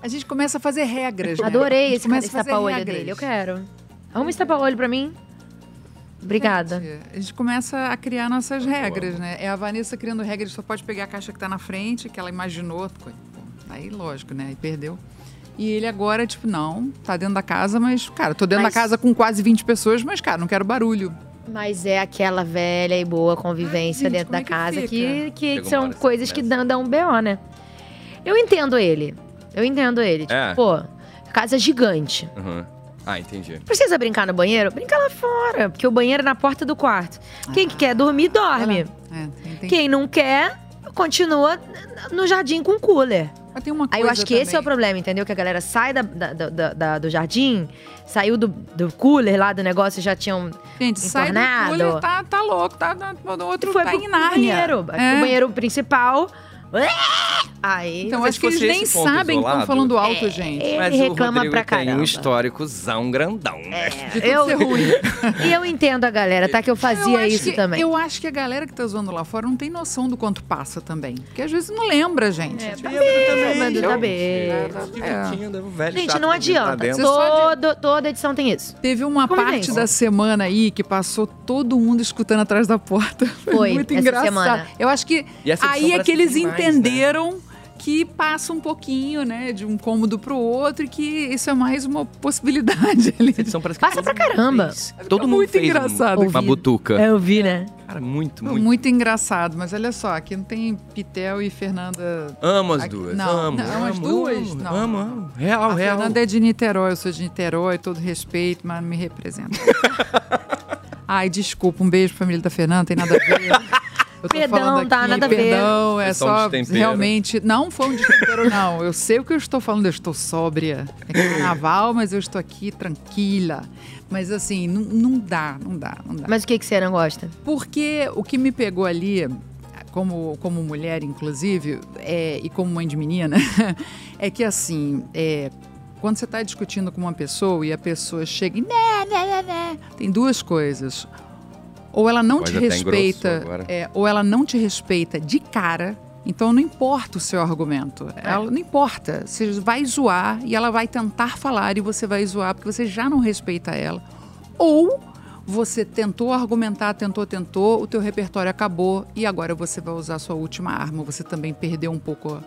A gente começa a fazer regras, né? A
Adorei
gente
esse
começa a fazer
estapa-olho
regras.
dele, eu quero. Arruma esse estapa-olho pra mim. Obrigada.
Gente, a gente começa a criar nossas regras, né? É a Vanessa criando regras, só pode pegar a caixa que tá na frente, que ela imaginou. co- pô, Aí, lógico, né? E perdeu. E ele agora, tipo, não, tá dentro da casa, mas, cara, tô dentro
Mas-
da casa com quase 20 pessoas, mas, cara, não quero barulho.
Mas é aquela velha e boa convivência
Ai, gente,
dentro
como
da
é que fica?
casa que, que
Chega uma
são
hora que
coisas que dão, dão um BO, né? Eu entendo ele. Eu entendo ele. Tipo,
É.
pô, casa gigante.
Aham. Ah, entendi.
Precisa brincar no banheiro? Brinca lá fora, porque o banheiro é na porta do quarto. Quem
Ah.
que quer dormir,
É,
dorme. Quem não quer, continua no jardim com o cooler.
Mas tem uma
Aí eu
coisa
acho que esse é o problema, entendeu? Que a galera sai da- da- da- da- da- do jardim, saiu do, do cooler lá do negócio, já tinham
Gente, sai do
entornado.
cooler, tá, tá louco, tá no no outro
Foi
tá
pro
em Nárnia. É.
banheiro, pro banheiro principal. Aí, É,
Então,
Mas
acho que eles
fosse
nem
esse ponto
sabem que estão
isolado-
falando alto, gente.
Mas o Rodrigo tem um históricozão grandão, né?
É.
eu, e eu entendo a galera, tá? Que eu fazia
acho
isso
que-
também.
Eu acho que a galera que tá zoando lá fora não tem noção do quanto passa também. Porque às vezes não lembra, gente. É, tá
bêbado, tá bêbado.
É.
É.
né? um
Gente, não adianta. Todo, toda edição tem isso. é
Teve uma parte
Convivência.
da semana aí que passou todo mundo escutando atrás da porta. Foi,
Foi,
muito
essa
engraçado.
semana.
Eu acho que
E essa edição
aí é
parece
que eles
que tem mais, né?
entenderam que passa um pouquinho, né, de um cômodo pro outro e que isso é mais uma possibilidade ali.
Passa pra caramba.
Todo mundo
muito
fez um-
engraçado.
uma butuca.
Eu vi, né?
Cara, muito,
Muito.
muito.
engraçado, mas olha só, aqui não tem Pitel e Fernanda.
Amo as
Aqui-
duas,
Não,
amo,
não, as
amo,
duas?
amo,
não.
amo, amo. Real,
a
real.
Fernanda é de Niterói, eu sou de Niterói, todo respeito, mas não me representa. Ai, desculpa, um beijo, família da Fernanda, tem nada a ver. Eu tô
Perdão,
falando
tá?
aqui,
Nada a ver.
perdão, é
Foi só um
só
destempero.
realmente. Não foi um destempero, não. Eu sei o que eu estou falando, eu estou sóbria. É carnaval, mas eu estou aqui tranquila. Mas assim, não, não dá, não dá, não dá.
Mas o que, que você não gosta?
Porque o que me pegou ali, como, como mulher, inclusive, é, e como mãe de menina, é que assim, é, quando você está discutindo com uma pessoa e a pessoa chega e né, né, né, né, tem duas coisas. Ou ela não
Voz
te
até
respeita,
engrossou agora.
é, ou ela não te respeita de cara. Então não importa o seu argumento.
É.
Ela não importa. Você vai zoar e ela vai tentar falar e você vai zoar porque você já não respeita ela. Ou você tentou argumentar, tentou, tentou, o teu repertório acabou e agora você vai usar a sua última arma. Você também perdeu um pouco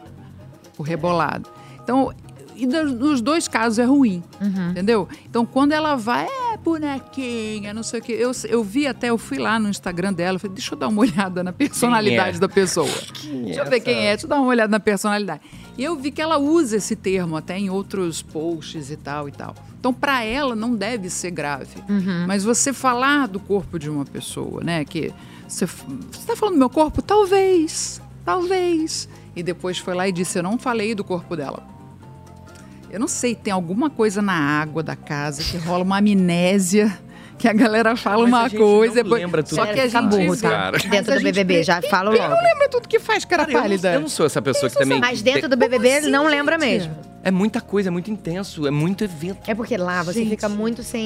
o rebolado. Então, e dos- nos dois casos é ruim, entendeu? Então, quando ela vai, é bonequinha, não sei o quê. Eu, eu vi até, eu fui lá no Instagram dela, falei, deixa eu dar uma olhada na personalidade da pessoa. Deixa eu ver quem é, deixa eu dar uma olhada na personalidade. E eu vi que ela usa esse termo até em outros posts e tal e tal. Então, pra ela, não deve ser grave.
Uhum.
Mas você falar do corpo de uma pessoa, né? Que você, f- você tá falando do meu corpo? Talvez, talvez. E depois foi lá e disse, eu não falei do corpo dela. Eu não sei, tem alguma coisa na água da casa que rola uma amnésia, que a galera fala
Mas a
uma
gente
coisa.
não
depois-
lembra tudo
Só
que
que a
faz,
gente vê-
cara.
Mas
Dentro
a
do
gente
BBB, já falo
Quem
logo.
não lembra É tudo que faz, cara assim,
Eu não-
pálida?
Eu não sou essa pessoa que também.
Mas dentro do BBB não lembra mesmo.
É muita coisa, é muito intenso, é muito evento.
É porque lá você fica muito sem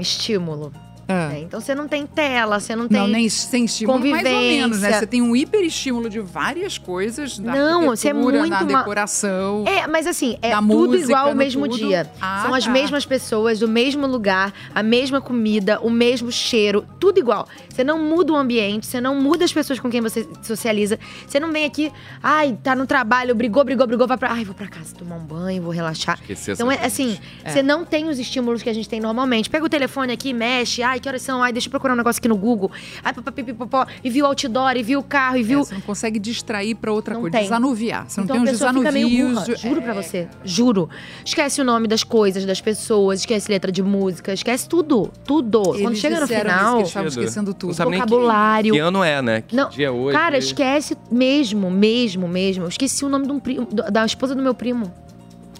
estímulo. né? Então você não tem tela, você não tem.
Ah. Não, nem sem estímulo, mais ou menos, né?
convivência.
Você tem um hiperestímulo de várias coisas, da
Não, você é
arquitetura,
muito
da
ma-
decoração.
É, mas assim, é
da
tudo
música,
igual ao
no
mesmo
tudo.
dia.
Ah,
São as
tá.
mesmas pessoas, o mesmo lugar, a mesma comida, o mesmo cheiro, tudo igual. Você não muda o ambiente, você não muda as pessoas com quem você socializa. Você não vem aqui, ai, tá no trabalho, brigou, brigou, brigou, vai pra. Ai, vou pra casa tomar um banho, vou relaxar.
Esquecer
então,
essa
é assim,
É.
você não tem os estímulos que a gente tem normalmente. Pega o telefone aqui, mexe, ai, que horas são? Ai, deixa eu procurar um negócio aqui no Google. Ai, papapipipopó, e viu o outdoor, e viu o carro, e viu.
É, você não consegue distrair pra outra
Não
coisa,
tem.
desanuviar. Você
então
não
a
tem os
pessoa fica meio burra,
desanuvios. é.
juro pra você, juro. Esquece o nome das coisas, das pessoas, esquece letra de música, esquece tudo, tudo. Quando
Eles
chega no
disseram isso,
final,
que eles estavam esquecendo tudo.
Não sabe nem que-
vocabulário.
Que ano é, né? Que
Não,
dia é hoje?
Cara, esquece mesmo, mesmo, mesmo. Eu esqueci o nome de um primo, do- da esposa do meu primo.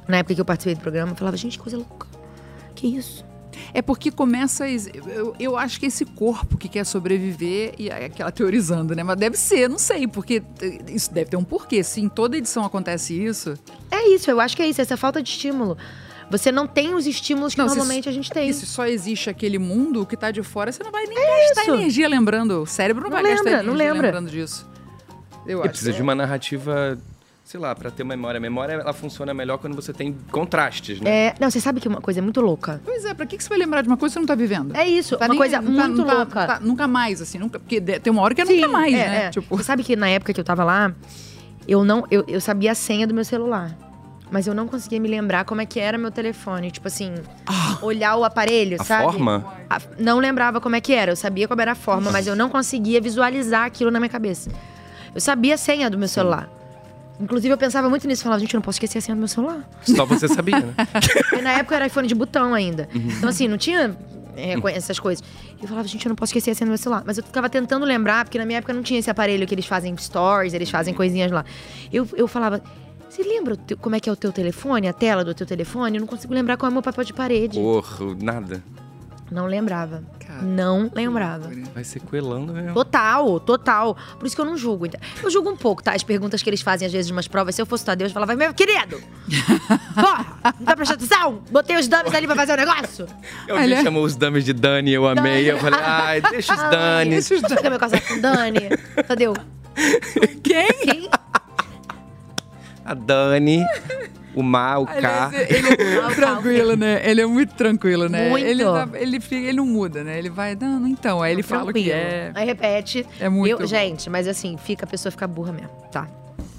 Na época que eu participei do programa, eu falava, gente, que coisa louca. Que isso?
É porque começa. a ex- Eu, eu acho que é esse corpo que quer sobreviver, e aí aquela teorizando, né? Mas deve ser, não sei, porque eh, isso deve ter um porquê. Se em toda edição acontece isso.
É isso, eu acho que é isso, essa falta de estímulo. Você não tem os estímulos que
Não, se
normalmente
isso-
a gente tem. É
E se só existe aquele mundo que tá de fora, você não vai nem gastar
isso.
energia lembrando. O cérebro não,
Não
vai gastar
lembra,
energia
não lembra.
lembrando disso. Eu
E
acho.
precisa de é uma narrativa, sei lá, pra ter memória. A memória ela funciona melhor quando você tem contrastes, né?
É, não, você sabe que uma coisa é muito louca.
Pois é, pra que, que você vai lembrar de uma coisa que você não tá vivendo?
É isso,
Tá
uma
nem-
coisa
não tá-
muito
não tá-
louca.
tá- nunca mais, assim, nunca. Porque de- tem uma hora que é nunca mais,
é,
né?
é. Você sabe que na época que eu tava lá, eu não, eu, eu sabia a senha do meu celular. Mas eu não conseguia me lembrar como é que era meu telefone. Tipo assim,
Ah.
olhar o aparelho,
A
sabe?
forma?
A- não lembrava como é que era. Eu sabia como era a forma, mas eu não conseguia visualizar aquilo na minha cabeça. Eu sabia a senha do meu celular. Inclusive, eu pensava muito nisso. Falava, gente, eu não posso esquecer a senha do meu celular.
Só você sabia, né?
Porque na época era iPhone de botão ainda.
Uhum.
Então, assim, não tinha é, co- essas coisas. E eu falava, gente, eu não posso esquecer a senha do meu celular. Mas eu ficava tentando lembrar, porque na minha época não tinha esse aparelho que eles fazem stories, eles fazem coisinhas lá. Eu, eu falava, você lembra o teu- como é que é o teu telefone, a tela do teu telefone? Eu não consigo lembrar qual é o meu papel de parede.
Porra, nada.
Não lembrava. não lembrava.
Vai sequelando mesmo.
Total, total. Por isso que eu não julgo. ent- Eu julgo um pouco, tá? As perguntas que eles fazem, às vezes, de umas provas. Se eu fosse Tadeu, eu falava, meu querido! Porra! Não tá prestando atenção? Botei os dummies ali pra fazer o negócio?
Alguém
Olha.
chamou os dummies de Dani, eu amei. Eu falei, ai, deixa os Danis.
Deixa meu casaco com Dani. Tadeu.
Quem?
Quem?
A Dani, o Mar, o K.
Ele é tranquilo, né? Ele é muito tranquilo, né?
Muito.
Ele, dá- ele, fica- ele não muda, né? Ele vai, não, não, então. Aí ele fala que é.
Aí repete.
É muito
Eu-
bom.
gente, mas assim, fica, a pessoa fica burra mesmo. Tá.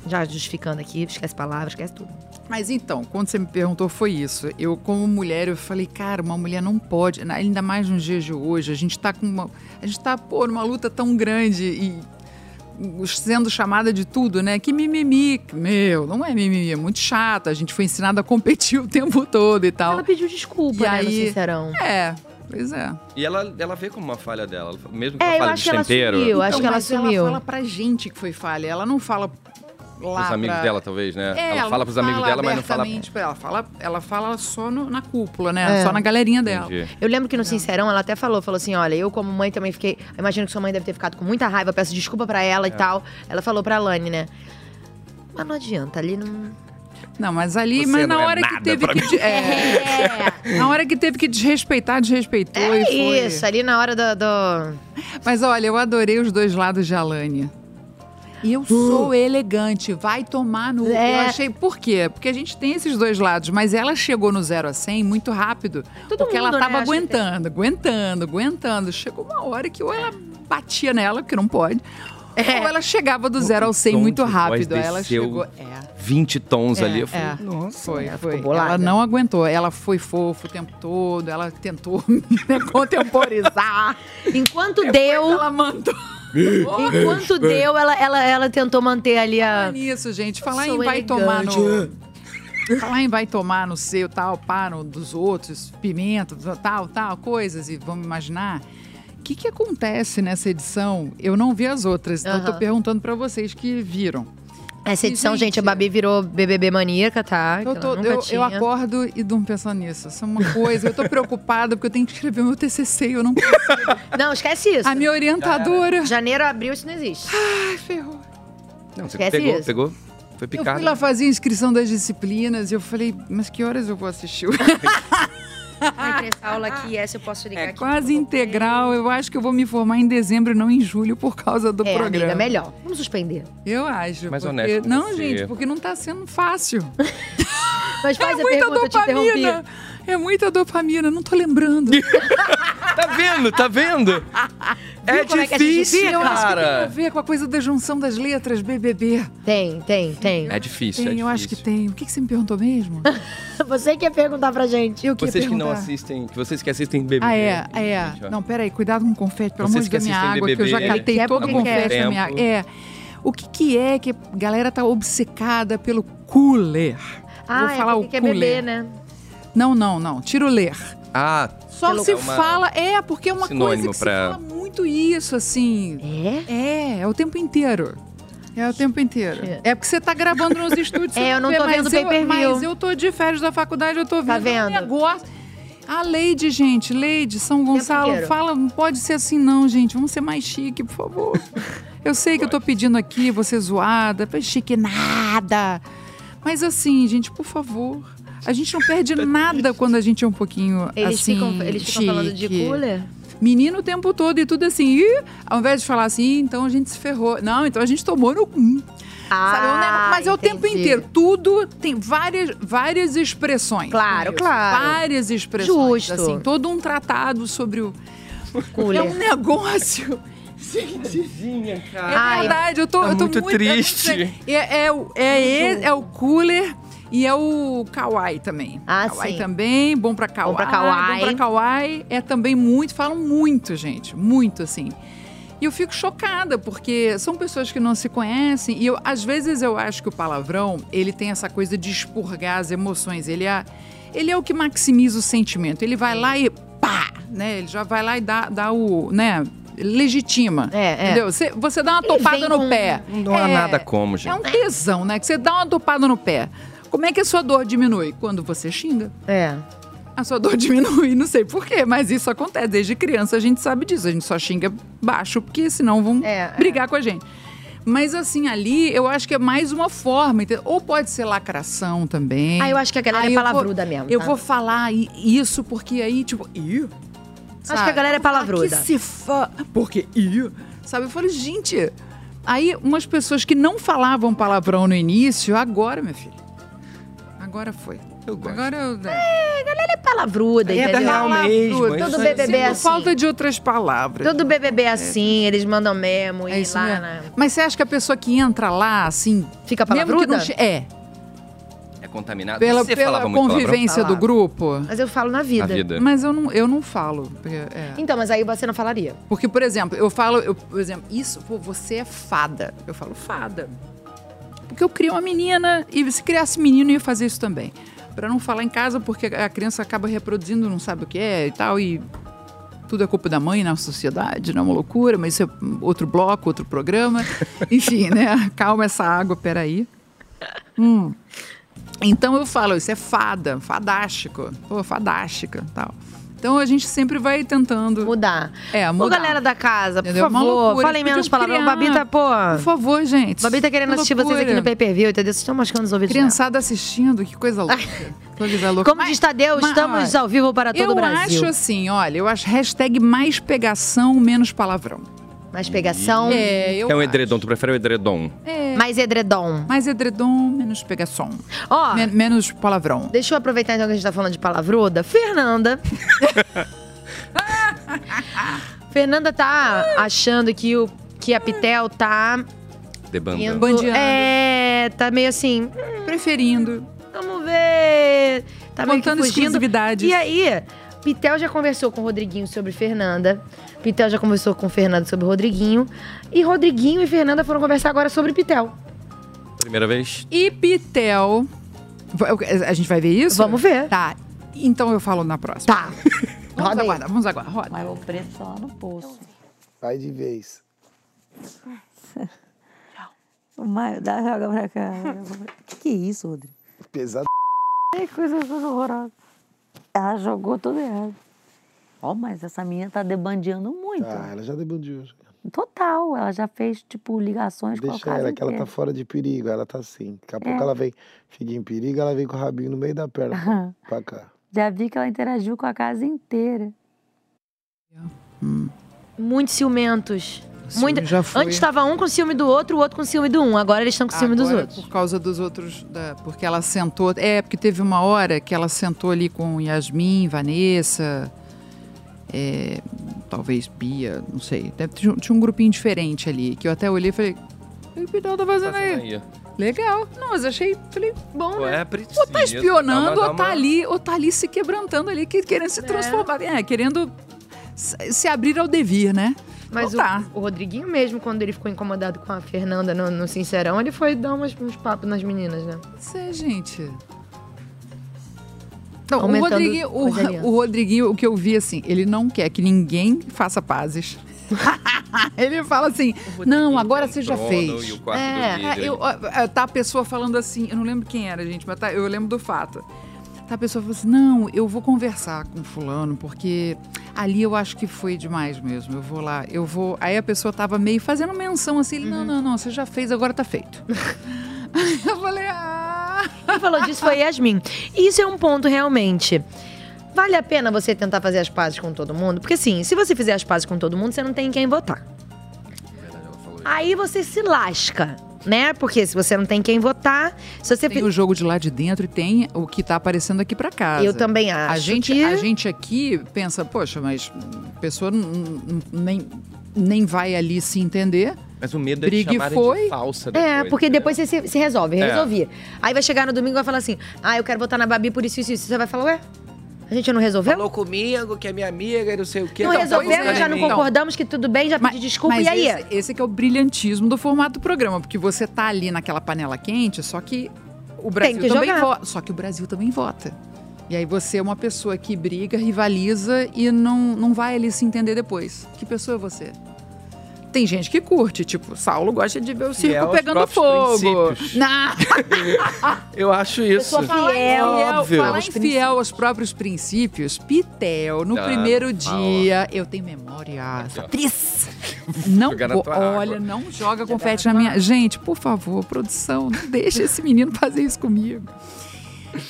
Já justificando aqui, esquece palavras, esquece tudo.
Mas então, quando você me perguntou, foi isso. Eu, como mulher, eu falei, cara, uma mulher não pode, na- ainda mais nos dias de hoje, a gente tá com uma. A gente tá, pô, numa luta tão grande e uh, sendo chamada de tudo, né? Que mimimi, meu, não é mimimi, é muito chato. A gente foi ensinada a competir o tempo todo e tal. Ela
pediu desculpa,
e
né, no
aí,
Sincerão.
É, pois é.
E ela, ela vê como uma falha dela. ela- Mesmo que
É,
ela
eu
fale
acho
de
que ela
tempero.
sumiu, eu acho
Então,
que ela
mas
sumiu.
Ela fala pra gente que foi falha, ela não fala lá
Os amigos
pra-
dela, talvez, né?
É,
ela fala pros amigos dela, mas não fala.
abertamente pra Ela fala, ela fala só no- na cúpula, né?
É.
Só na galerinha dela.
Entendi.
Eu lembro que no Sincerão ela até falou, falou assim, olha, eu como mãe também fiquei, eu imagino que sua mãe deve ter ficado com muita raiva, eu peço desculpa pra ela e
É.
tal. Ela falou pra Lani, né? Mas não adianta, ali não...
Não, mas ali,
Você
mas na
não é
hora que
nada
teve
pra
que.
mim.
de- é. Na hora que teve que desrespeitar, desrespeitou e
É
foi.
isso, ali na hora do... do-
Mas olha, eu adorei os dois lados de Alane. E eu sou elegante, vai tomar no.
É.
Eu achei. Por quê? Porque a gente tem esses dois lados, mas ela chegou no zero a 100 muito rápido.
Todo
porque ela
mundo, né,
tava
acho que
aguentando, aguentando, aguentando. Chegou uma hora que ou ela batia nela, porque não pode, ou ela chegava do zero ao 100 muito rápido. Aí ela chegou.
20 tons
É,
ali. Eu
é.
falei, nossa.
Foi,
ela
foi.
ficou bolada.
Ela não aguentou. Ela foi fofa o tempo todo. Ela tentou né, contemporizar.
Enquanto deu... Ela
mandou.
Enquanto deu, ela, ela, ela tentou manter ali a...
Isso, gente. Falar em
Sou
vai tomar
elegante.
no... Falar em vai tomar no seu, tal, pá, no dos outros, pimenta, tal, tal, coisas. E vamos imaginar... O que, que acontece nessa edição? Eu não vi as outras, então eu tô
Aham.
perguntando pra vocês que viram.
Essa
E,
edição, gente, a Babi virou BBB maníaca, tá?
Eu,
Que
tô-
ela nunca
eu- eu
tinha.
acordo e durmo pensando nisso. Isso é uma coisa. Eu tô preocupada porque eu tenho que escrever meu TCC e eu não consigo.
Não, esquece isso.
A minha orientadora.
Janeiro, abril, isso não existe.
Ai, ferrou.
Não, você
Esquece
pegou,
isso.
pegou. Foi
Eu
picado. né?
fui lá fazer a inscrição das disciplinas e eu falei, mas que horas eu vou assistir?
Vai ter essa aula aqui, essa eu posso ligar
É
aqui.
quase integral. Eu acho que eu vou me formar em dezembro e não em julho por causa do
É, amiga,
programa.
melhor. Vamos suspender.
Eu acho.
Mais
porque-
honesto com
Não,
você.
gente, porque não tá sendo fácil.
Mas faz
é
a
muita
pergunta, eu te
dopamina.
interrompi.
É muita dopamina, não tô lembrando.
Tá vendo? Tá vendo? É
Viu como que a gente
difícil,
fica? Eu acho que tem a
cara.
ver com a coisa da junção das letras, BBB.
Tem, tem, tem.
É difícil,
Tem,
é
eu acho que tem. O que, que você me perguntou mesmo?
Você quer perguntar pra gente.
Eu
Vocês que não
perguntar.
assistem, que vocês que assistem BBB.
Ah, é, é.
gente, ó.
Não, peraí, cuidado com o confete, pelo
Vocês
amor de
que
Deus, minha
assistem
água, que eu já
BBB,
catei
né?
todo o
Há muito
confete na minha água.
tempo.
É. O que, que é que a galera tá obcecada pelo cooler?
Ah,
Vou
é
falar
porque
o
quer
cooler.
beber, né?
Não, não, não. Tiro ler.
Ah,
Só
pelo-
se
é uma-
fala. É, porque é uma coisa
sinônimo
que se
pra-
fala muito isso, assim.
É?
É, é o tempo inteiro. É o tempo inteiro. É porque você tá gravando nos estúdios.
É,
você
eu não
vê,
tô vendo
mas eu-
pay-per-view.
Mas eu tô de férias da faculdade, eu tô vendo.
Tá
um negócio. A Leide, gente, Leide, São Gonçalo,
inteiro.
fala, não pode ser assim não, gente. Vamos ser mais chique, por favor. Eu sei que eu tô pedindo aqui, você zoada, pra chique nada. Mas assim, gente, por favor. A gente não perde nada quando a gente é um pouquinho
Eles
assim,
ficam, eles ficam falando de
chique.
cooler?
Menino o tempo todo e tudo assim. Ih, ao invés de falar assim, "Ih, então a gente se ferrou. Não, então a gente tomou no. cu." Sabe, é um negócio- mas é o tempo
Ah, entendi.
inteiro. Tudo tem várias, várias expressões.
Claro,
Isso,
claro.
Várias expressões.
Justo.
Assim, todo um tratado sobre o.
Cooler.
É um negócio.
Gentezinha,
É verdade, eu tô,
tá
eu tô
muito
eu não
triste.
sei. É, é, o- é, e- é o cooler e é o kawaii também.
Ah,
kawaii
sim.
também, bom pra kawaii.
Bom pra kawaii.
Bom pra kawaii. É também muito, falam muito, gente. Muito, assim. E eu fico chocada, porque são pessoas que não se conhecem. E eu, às vezes eu acho que o palavrão, ele tem essa coisa de expurgar as emoções. Ele é, ele é o que maximiza o sentimento. Ele
É.
vai lá e pá, né? Ele já vai lá e dá, dá o, né? Legitima.
É,
é.
Entendeu? Você, você dá uma
Ele
topada
vem
no
com- um-
pé.
Não há
É,
nada como, gente.
É um tesão, né? Que você dá uma topada no pé. Como é que a sua dor diminui? Quando você xinga.
É.
A sua dor diminui, não sei porquê, mas isso acontece. Desde criança a gente sabe disso. A gente só xinga baixo, porque senão vão
É,
brigar com a gente. Mas assim, ali eu acho que é mais uma forma. entendeu? Ou pode ser lacração também.
Ah, eu acho que a galera
Ah,
é
eu vou-
palavruda mesmo,
Eu
tá?
vou falar i- isso porque aí, tipo. Ih,
Acho que a galera é palavruda.
Ah, que se fa... Porque, ih, sabe? Eu falei, gente... Aí, umas pessoas que não falavam palavrão no início, agora, minha filha... Agora foi. Eu gosto. Agora eu... É,
a galera é palavruda,
é
entendeu?
real mesmo.
Palavruda. Todo BBB é assim.
Falta de outras palavras.
Todo BBB é assim, eles mandam memo
É
e
isso
lá
mesmo.
na...
Mas você acha que a pessoa que entra lá, assim... Fica Mesmo que
palavruda?
não che- É.
É contaminado.
Pela,
Você
pela
falava muito
convivência do
palavrão?
grupo.
Mas eu falo na vida.
Na vida.
Mas eu não, eu não falo. porque- é.
Então, mas aí você não falaria.
Porque, por exemplo, eu falo, eu, por exemplo, isso, pô, você é fada. Eu falo fada. Porque eu crio uma menina e se criasse menino eu ia fazer isso também. Pra não falar em casa, porque a criança acaba reproduzindo, não sabe o que é e tal, e tudo é culpa da mãe na sociedade, não é uma loucura, mas isso é outro bloco, outro programa. Enfim, né? Calma essa água, peraí. Hum. Então eu falo, isso é fada, fadástico. Pô, fadástica tal. Então a gente sempre vai tentando.
Mudar.
É, mudar.
galera da casa, por
Entendeu? É Uma
favor,
loucura,
falem
eles
menos
podiam
palavrão.
criar.
Babita, pô.
Por favor, gente.
Babita querendo
Que
assistir vocês aqui
loucura.
no pay-per-view, entendeu? Vocês estão machucando os ouvidos dela.
Criançada assistindo, que coisa louca. coisa louca.
Como diz Tadeu,
mas,
estamos
olha,
ao vivo para todo
eu
o Brasil.
acho assim, olha, eu acho hashtag mais pegação, menos palavrão.
Mais pegação.
É, eu é.
É um edredom, tu prefere o edredom?
Mais edredom.
Mais edredom, menos pegação.
Ó.
menos palavrão.
Deixa eu aproveitar então que a gente tá falando de palavruda. Fernanda. Fernanda tá achando que, o, que a Pitel tá.
De banda.
indo- É, tá meio assim.
Preferindo.
Vamos ver. Tá meio que
Contando
fugindo.
exclusividades.
E aí, Pitel já conversou com o Rodriguinho sobre Fernanda. Pitel já conversou com o Fernando sobre o Rodriguinho. E Rodriguinho e Fernanda foram conversar agora sobre Pitel.
Primeira vez?
E Pitel. A gente vai ver isso? Vamos
ver.
Tá. Então eu falo na próxima.
Tá.
Vamos aguardar, vamos aguardar. Roda.
Mas o preço tá lá no poço.
Vai de vez.
assim, O Maio, dá joga pra cá. que, que é isso, Rodrigo?
Pesado.
É coisa, coisa horrorosa. Ela jogou tudo errado. Ó, mas essa menina tá debandeando muito.
Ah, ela já debandiu.
Total, ela já fez, tipo, ligações com
Deixa
a casa
ela, que ela tá
inteira.
fora de perigo. Ela tá assim. Daqui a pouco
É.
ela vem, fica em perigo, ela vem com o rabinho no meio da perna. pra- pra cá.
Já vi que ela interagiu com a casa inteira.
Muito ciumentos. Muito...
já foi.
Antes estava um com ciúme do outro, o outro com ciúme do um. Agora eles estão com ciúme dos
Agora,
outros.
Por causa dos outros, da- porque ela sentou. É, porque teve uma hora que ela sentou ali com Yasmin, Vanessa, é, talvez Bia, não sei. Deve- Tinha, tinha um grupinho diferente ali, que eu até olhei e falei, o que Pidão tá fazendo aí?
Aí, ó.
Legal. Não, mas achei, falei, bom,
Pô,
né?
é, precisa,
Ou tá espionando,
dá uma-
ou
dá
tá
uma-
ali, ou tá ali se quebrantando ali, que- querendo se transformar. É, querendo se se abrir ao devir, né?
Mas o,
Então tá.
o Rodriguinho mesmo, quando ele ficou incomodado com a Fernanda no, no Sincerão, ele foi dar umas- uns papos nas meninas, né?
Isso é, gente. Não, o
Aumentando
Rodriguinho,
as alianças.
o, o Rodriguinho, o que eu vi assim, ele não quer que ninguém faça pazes. ele fala assim, não, agora você já
trono
fez.
e o quarto
é,
do líder.
é, eu- ó, ó, tá a pessoa falando assim, eu não lembro quem era, gente, mas tá- eu lembro do fato. Tá a pessoa falando assim, não, eu vou conversar com fulano, porque ali eu acho que foi demais mesmo, eu vou lá, eu vou... Aí a pessoa tava meio fazendo menção assim, ele,
Uhum.
não, não, não, você já fez, agora tá feito. Eu falei, ah.
Quem falou disso foi Yasmin. E Isso é um ponto realmente. Vale a pena você tentar fazer as pazes com todo mundo? Porque assim, se você fizer as pazes com todo mundo, você não tem em quem votar. Aí você se lasca, né? Porque se você não tem quem votar, se você
Tem o jogo de lá de dentro e tem o que tá aparecendo aqui pra casa.
Eu também acho
A gente,
que-
a gente aqui pensa, poxa, mas a pessoa n- n- nem, nem vai ali se entender.
Mas o medo é de
Brigue
chamarem
foi.
de falsa depois.
É, porque depois você se, se resolve,
É.
resolvi. Aí vai chegar no domingo e vai falar assim: ah, eu quero votar na Babi por isso, isso, isso. Você vai falar, ué? A gente não resolveu?
Falou comigo, que é minha amiga, e não sei o quê.
não
tá
resolvemos,
postando
já
em
não
mim.
concordamos, que tudo bem, já pedi desculpa,
né? Então. mas
e aí?
Esse, esse que é o brilhantismo do formato do programa, porque você tá ali naquela panela quente, só que o Brasil
que
também
jogar.
vota. Só que o Brasil também vota. E aí você é uma pessoa que briga, rivaliza e não, não vai ali se entender depois. Que pessoa é você? Tem gente que curte, tipo, Saulo gosta de ver
Fiel
o circo
aos
pegando
é próprios
fogo.
princípios.
Na
Eu acho isso. Óbvio.
falar em fiel aos próprios princípios, Pitel, no
Ah,
primeiro
fala.
dia, eu tenho memória,
ó.
atriz. Não,
Jogar na
vou-
tua água.
olha, não joga confete
tá
tá
na minha. Gente, por favor, produção, não deixa esse menino fazer isso comigo.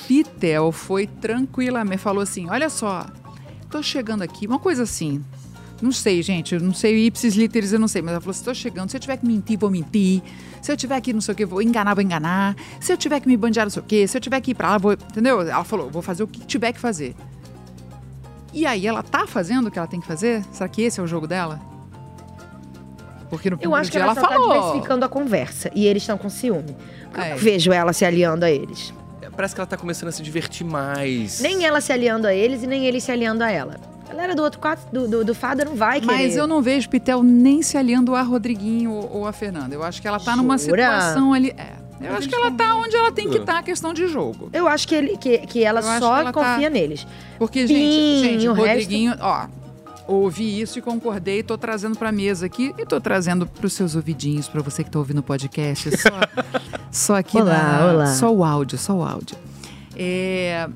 Pitel foi tranquilamente, falou assim: olha só, tô chegando aqui, uma coisa assim. Não sei, gente, eu não sei ipsis literis, eu não sei, mas ela falou assim: tô chegando, se eu tiver que mentir, vou mentir. Se eu tiver que não sei o que, vou enganar, vou enganar. Se eu tiver que me bandear, não sei o que. Se eu tiver que ir pra lá, vou. Entendeu? Ela falou: vou fazer o que tiver que fazer. E aí, ela tá fazendo o que ela tem que fazer? Será que esse é o jogo dela? Porque no
Eu
primeiro
acho que
dia
ela, só tá
falou.
diversificando a conversa. E eles estão com ciúme. Porque Eu
É.
não vejo ela se aliando a eles.
Parece que ela tá começando a se divertir mais.
Nem ela se aliando a eles e nem eles se aliando a ela. A galera do outro quarto, do, do, do Fada, não vai querer.
Mas eu não vejo Pitel nem se aliando a Rodriguinho ou, ou a Fernanda. Eu acho que ela tá numa
Jura?
situação ali. É. Eu acho que ela tá onde ela tem que estar, a questão de jogo.
Eu acho que, ele, que, que ela
Eu acho
só
que ela tá-
confia neles.
Porque,
Sim,
gente, gente, o
o resto-
Rodriguinho, ó, ouvi isso e concordei, tô trazendo pra mesa aqui e tô trazendo pros seus ouvidinhos, pra você que tá ouvindo o podcast, só, só aqui
Olá,
na,
olá.
só o áudio, só o áudio. É,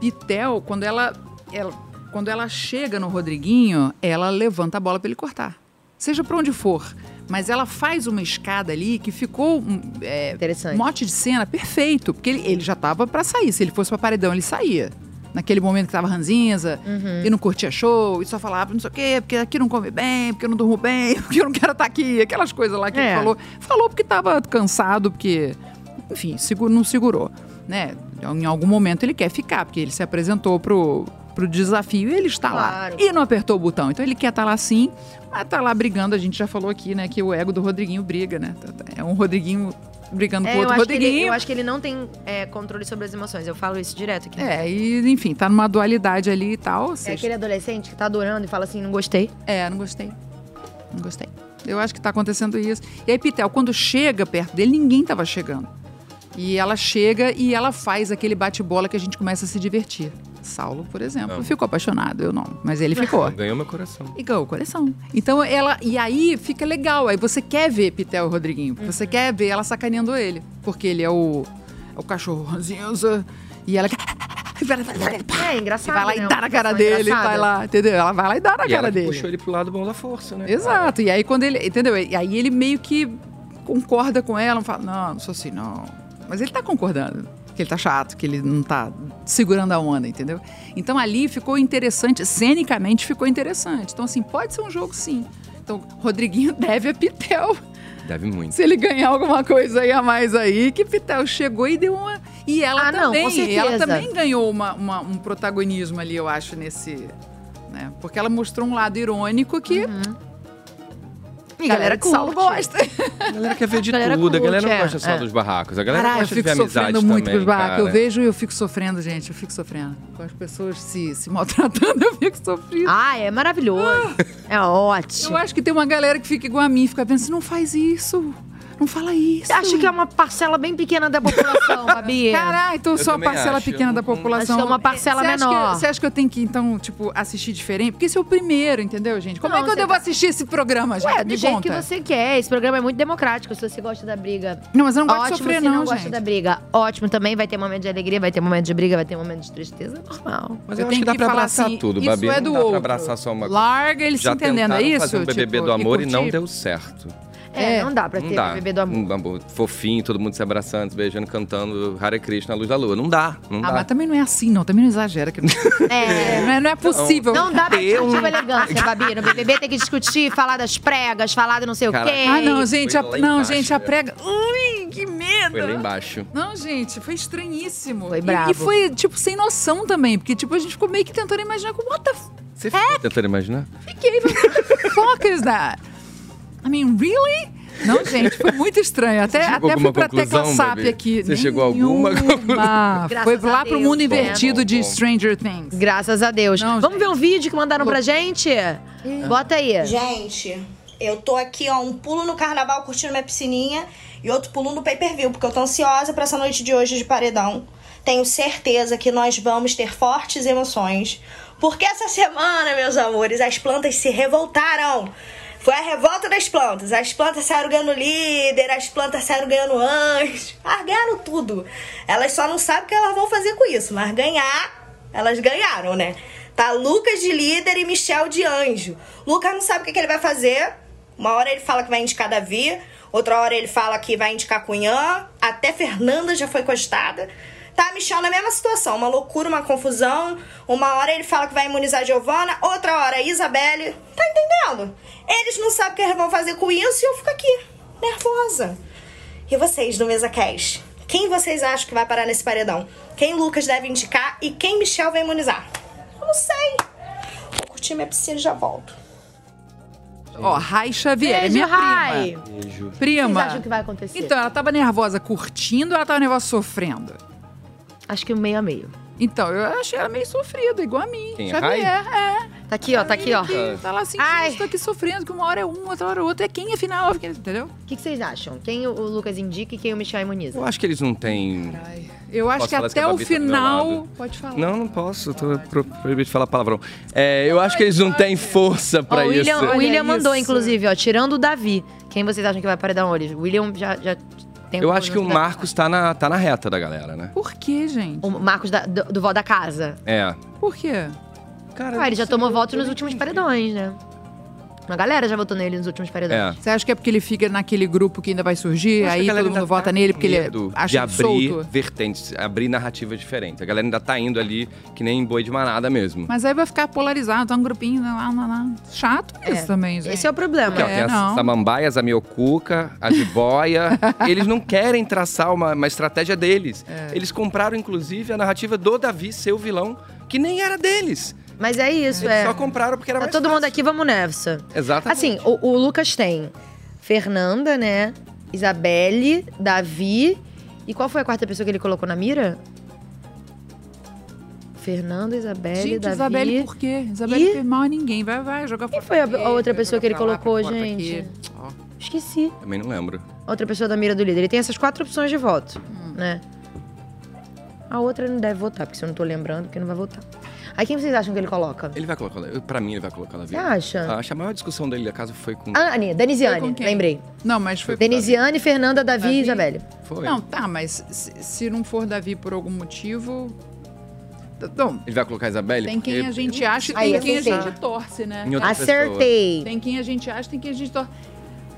Pitel, quando ela, ela- quando ela chega no Rodriguinho, ela levanta a bola pra ele cortar. Seja pra onde for. Mas ela faz uma escada ali que ficou hum, é,
Interessante.
mote de cena perfeito. Porque ele, ele já tava pra sair. Se ele fosse pra paredão, ele saía. Naquele momento que tava ranzinza
Uhum.
e não curtia show e só falava não sei o quê, porque aqui não come bem, porque eu não durmo bem, porque eu não quero estar aqui. Aquelas coisas lá que
É.
ele falou. Falou porque tava cansado, porque enfim, segu- não segurou, né? Em algum momento ele quer ficar, porque ele se apresentou pro, pro desafio e ele está
Claro.
lá. E não apertou o botão. Então ele quer estar lá sim, mas tá lá brigando. A gente já falou aqui, né, que o ego do Rodriguinho briga, né? É um Rodriguinho brigando
É,
com
eu,
outro
acho que ele,
Rodriguinho.
eu acho que ele não tem é, controle sobre as emoções. Eu falo isso direto aqui.
É, e enfim, tá numa dualidade ali e tal. ou
É
seja,
aquele adolescente que tá adorando e fala assim, não gostei.
É, não gostei. Não gostei. Eu acho que tá acontecendo isso. E aí, Pitel, quando chega perto dele, ninguém tava chegando. E ela chega e ela faz aquele bate-bola que a gente começa a se divertir. Saulo, por exemplo,
Amo.
ficou apaixonado, eu não. Mas ele ficou.
Ganhou meu coração.
E ganhou o coração. Então ela. E aí fica legal. Aí você quer ver Pitel e Rodriguinho. Você quer ver ela sacaneando ele. Porque ele é o. É o cachorro ranzinza. E ela.
É engraçado.
Vai lá
né?
e dá na cara
Uma
dele,
engraçada.
vai lá, entendeu? Ela vai lá e dá na
E
cara
ela que
dele.
puxou ele pro lado bom da força, né?
Exato. E aí quando ele, entendeu? E aí ele meio que concorda com ela, não fala, não, não sou assim, não. Mas ele tá concordando. que ele tá chato, que ele não tá segurando a onda, entendeu? Então ali ficou interessante, cenicamente ficou interessante. Então, assim, pode ser um jogo sim. Então, Rodriguinho deve a Pitel.
Deve muito.
Se ele ganhar alguma coisa aí a mais aí, que Pitel chegou e deu uma. E ela
Ah, não,
também.
com certeza.
ela também ganhou uma- uma- um protagonismo ali, eu acho, nesse. né? Porque ela mostrou um lado irônico que.
Uhum. E galera
de Saulo
curte.
gosta.
A galera quer ver de
Galera
tudo, a
curte,
galera não
é,
gosta só
é.
dos barracos, a galera
Caralho, eu
gosta de
fico
ver amizade
sofrendo muito com os
também,
barracos. Eu
cara.
vejo e eu fico sofrendo, gente. Eu fico sofrendo. Com as pessoas se, se maltratando, eu fico sofrendo.
Ah, é maravilhoso. É ótimo.
Eu acho que tem uma galera que fica igual a mim, fica pensando, não faz isso. Não fala isso.
Acho que é uma parcela bem pequena da população, Babi.
Caraca, então
Eu
só uma
também
parcela
acho.
pequena da população.
Acho que é uma parcela
Você acha que-
menor.
Você acha que eu tenho que, então, tipo, assistir diferente? Porque esse é o primeiro, entendeu, gente? Como
Não,
é que eu
você
devo
tá-
assistir esse programa, gente?
Ué, do
Me
jeito
conta.
que você quer. Esse programa é muito democrático. Se você gosta da briga.
Não, mas eu não gosto de
ótimo,
sofrer,
se não
não,
gosta
gente.
da briga. Ótimo também. Vai ter momento de alegria, vai ter momento de briga, vai ter momento de tristeza. Normal.
Mas eu, acho que dá pra abraçar tudo,
isso
Babi.
é
não
do
dá
outro.
pra abraçar só uma
Larga ele se
Já
entendendo, é
tentaram
isso?
fazer um BBB
Tipo,
do
e
amor e, não
curtir?
deu certo.
É, não dá pra
não
ter
dá.
bebê do amor.
Não dá bom. Fofinho, todo mundo se abraçando, se beijando, cantando Hare Krishna, Luz da Lua. Não dá, não
Ah,
dá.
mas também não é assim, não. Também não exagera. Que...
É.
Não é- não é
Então,
possível.
Não dá pra discutir
Eu-
um-
com elegância, Babi. No BBB tem que discutir, falar das pregas, falar do não sei o
Caraca,
quê.
Ah, não, gente.
Foi
A,
lá
não,
embaixo,
gente, a
né?
prega... Ui, que medo.
Foi lá embaixo.
Não, gente, foi estranhíssimo.
Foi
E-
brabo.
E, foi, tipo, sem noção também. Porque, tipo, a gente ficou meio que tentando imaginar como... What the f-
Você ficou Tá tentando imaginar?
Fiquei, fuck is that? I mean, really? Não, gente, foi muito estranho. Até,
chegou
até fui
alguma
pra tecla
conclusão,
SAP
Babi?
aqui.
Você chegou a alguma
Nenhuma.
conclusão?
Foi
Graças a
lá pro
Deus,
mundo
né?
invertido
Bom,
de
bom.
Stranger Things.
Graças a Deus. Vamos ver um vídeo que mandaram pra gente?
Hum.
Hum. Bota aí.
Gente, eu tô aqui, ó, um pulo no carnaval curtindo minha piscininha e outro pulo no pay-per-view, porque eu tô ansiosa pra essa noite de hoje de paredão. Tenho certeza que nós vamos ter fortes emoções. Porque essa semana, meus amores, as plantas se revoltaram. Foi a revolta das plantas. As plantas saíram ganhando líder, as plantas saíram ganhando anjo. Elas ganharam tudo. Elas só não sabem o que elas vão fazer com isso, mas ganhar elas ganharam, né? Tá Lucas de líder e Michel de anjo. Lucas não sabe o que, que ele vai fazer. Uma hora ele fala que vai indicar Davi, outra hora ele fala que vai indicar Cunhã. Até Fernanda já foi costada. Tá Michel na mesma situação, uma loucura, uma confusão. Uma hora ele fala que vai imunizar Giovana, outra hora Isabelle. Tá entendendo? Eles não sabem o que eles vão fazer com isso e eu fico aqui, nervosa. E vocês do Mesa Cash? Quem vocês acham que vai parar nesse paredão? Quem Lucas deve indicar e quem Michel vai imunizar? Eu não sei. Vou curtir minha piscina e já volto.
Ó, Rai
é
Xavier,
Beijo,
minha
Rai.
prima.
Beijo.
Prima.
Vocês acham que vai acontecer?
Então, ela tava nervosa curtindo ou ela tava nervosa sofrendo?
Acho que meio a meio.
Então, eu achei ela meio sofrida, igual a mim.
Quem,
Xavier, é.
Tá aqui, ó, tá aqui, ó. Ah,
Que Tá lá assim, gente, tô aqui sofrendo, que uma hora é um, outra hora é outra. É quem, afinal? Entendeu?
O que, que vocês acham? Quem o o Lucas indica e quem o Michel imuniza?
Eu acho que eles não têm.
Eu acho
Posso
que
falar isso
até
que a
o
Babi tá do meu
final.
lado?
Pode falar.
Não, não posso. eu Tô pro- proibido de falar palavrão. É, eu acho que eles não têm força
Ó,
pra
o William,
isso.
o William mandou,
isso.
inclusive, ó, tirando o Davi. Quem vocês acham que vai paredão hoje? O William já, já tem
Eu
um
acho que o
pronúncio da-
Marcos tá na, tá na reta da galera, né?
Por quê, gente?
O Marcos da- do, do Vó da Casa. Ah,
É.
Por quê?
Cara,
ele já tomou voto nos últimos paredões, né? Uma galera já votou nele nos últimos paredões.
Você acha que é porque ele fica naquele grupo que ainda vai surgir, aí todo mundo
tá-
vota nele porque ele é
Medo
acha
de
ele
abrir
solto?
vertentes, abrir narrativas diferentes. A galera ainda tá indo ali que nem boi de manada
Tipo-
mesmo.
Mas aí vai ficar polarizado, tá um grupinho lá, lá, lá. Chato isso também, gente. Esse
é o problema.
Porque, ó, tem as samambaias, a miocuca, a jiboia. eles não querem traçar uma, uma estratégia deles.
É.
Eles compraram, inclusive, a narrativa do Davi ser o vilão, que nem era deles.
Mas é isso,
Eles
é.
só compraram porque era
Tá
mais
todo mundo aqui, vamos nessa.
Exatamente.
Assim, o, o Lucas tem Fernanda, né? Isabelle, Davi. E qual foi a quarta pessoa que ele colocou na mira? Fernanda, Isabelle,
Gente,
Davi.
Isabelle, por quê? Isabelle fez mal a ninguém. Vai, vai, jogar fora.
Quem foi a, a outra pessoa que ele
pra lá, pra
colocou,
fora, pra
gente?
aqui. Ó.
Esqueci.
Também não lembro.
Outra pessoa da mira do líder. Ele tem essas quatro opções de voto, né? A outra não deve votar, porque se eu não tô lembrando, porque não vai votar. Aí quem vocês acham que ele
Tá.
coloca?
Ele vai colocar. eu- Pra mim, ele vai colocar Davi.
Você acha?
Ah, Acho que a maior discussão dele da casa foi com.
Ah, Aninha, Denisiane,
com quem?
lembrei.
Não, mas foi
Denisiane, Fernanda, Davi, e Isabelle.
Foi.
Não, tá, mas se, se não for Davi por algum motivo. Então,
Ele vai colocar a Isabelle?
tem quem
Porque-
a gente acha e
Aí,
tem quem a
acertei.
gente torce, né?
Em outra Acertei.
Tem quem a gente acha e tem quem a gente torce.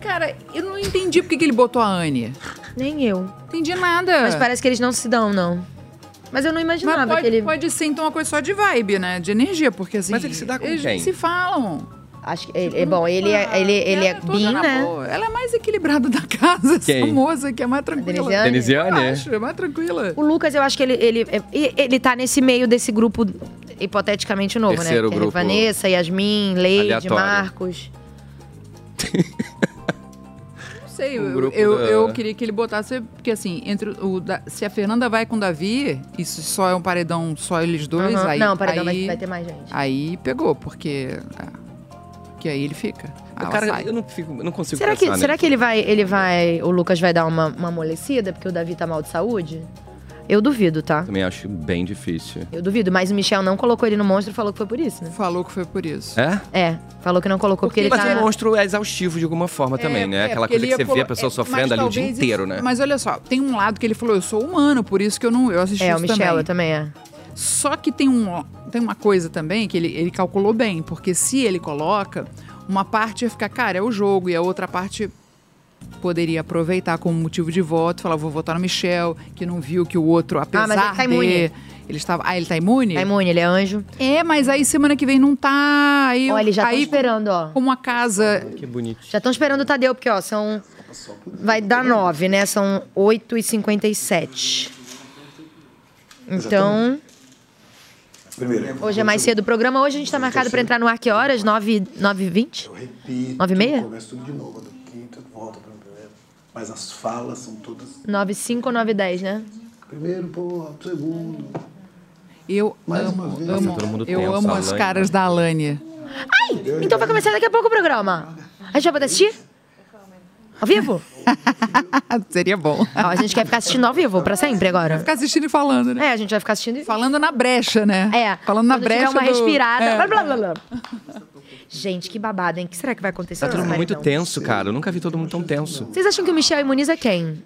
Cara, eu não entendi por que que ele botou a Anne.
Nem eu.
Entendi nada.
Mas parece que eles não se dão, não. Mas eu não imaginava
Mas pode,
que ele.
pode ser então uma coisa só de vibe, né? De energia, porque assim.
Mas ele se dá com
eles
quem?
se falam. Tipo, tá,
Acho que ele, é bom, ele é, ele, ele é
toda
bi,
na
né?
boa. Ela é mais equilibrada da casa, essa
Quem?
moça que é mais tranquila.
Denisiane? Denisiane, é.
Eu Acho, é mais tranquila.
O Lucas, eu acho que ele, ele, e- ele tá nesse meio desse grupo hipoteticamente novo,
Terceiro
né? Que é
grupo.
Vanessa, Yasmin, Leide,
Aleatório.
Marcos.
Não sei,
Um
O
eu,
grupo
eu,
da-
eu queria que ele botasse. Porque assim, entre o da- se a Fernanda vai com o Davi, isso só é um paredão, só eles dois,
Aham.
aí.
Uhum. não, paredão vai-
aí-
vai ter mais gente.
Aí pegou, porque. Que aí ele fica. Ah, ela
Cara,
sai.
eu não, fico, eu não consigo
Será
pensar
que,
nele.
será que ele vai, ele vai. O Lucas vai dar uma, uma amolecida porque o Davi tá mal de saúde? Eu duvido, tá?
Também acho bem difícil.
Eu duvido, mas o Michel não colocou ele no monstro e falou que foi por isso, né?
Falou que foi por isso.
É?
É, falou que não colocou porque,
Mas
ele
o
tá.
monstro é exaustivo de alguma forma também, né?
é,
Aquela
porque
coisa
ele
que
ia
você vê
colo-
a pessoa
é, mas
sofrendo ali o dia
talvez
inteiro,
isso-
né?
Mas olha só, tem um lado que ele falou, eu sou humano, por isso que eu não eu assisti
É, o
isso
Michel,
também.
eu também é.
Só que tem, um, tem uma coisa também que ele, ele calculou bem, porque se ele coloca, uma parte ia ficar, cara, é o jogo, e a outra parte poderia aproveitar como motivo de voto, falar, vou votar no Michel, que não viu que o outro, apesar
mas ele tá imune.
de... Ele estava... Ah, ele tá imune?
Tá imune, ele é anjo.
É, mas aí semana que vem não tá. Aí,
Olha, eles já estão
aí,
esperando, ó.
Como a casa.
Que bonito.
Já estão esperando o Tadeu, porque, ó, são. Vai dar nove, né? São 8h57. Então.
Primeiro.
Hoje é mais cedo o programa. Hoje a gente tá marcado pra entrar no ar que horas? 9 9 20 9 e meia?
Começa tudo de novo, do quinto, volta pro primeiro. Mas as falas são todas.
9 5 ou 9 10, né?
Primeiro ponto,
é
segundo.
Eu
Mais
amo,
uma vez.
amo-
Nossa, todo mundo
eu
tenso,
amo
a
as
Alane. né?
caras da Alane.
Ai! Então vai começar daqui a pouco o programa. A gente vai poder assistir? Ao vivo?
Seria bom.
Ó, a gente quer ficar assistindo ao vivo pra sempre agora.
Ficar assistindo e falando, né?
É, a gente vai ficar assistindo e
Falando na brecha, né?
É.
Falando na
Quando
brecha.
tiver uma
do-
respirada.
É.
Blá, blá, blá, blá. Gente, que babado, hein? O que será que vai acontecer?
Tá todo
nesse
mundo muito
paredão?
tenso, cara. Eu nunca vi todo mundo tão tenso.
Vocês acham que o Michel imuniza quem?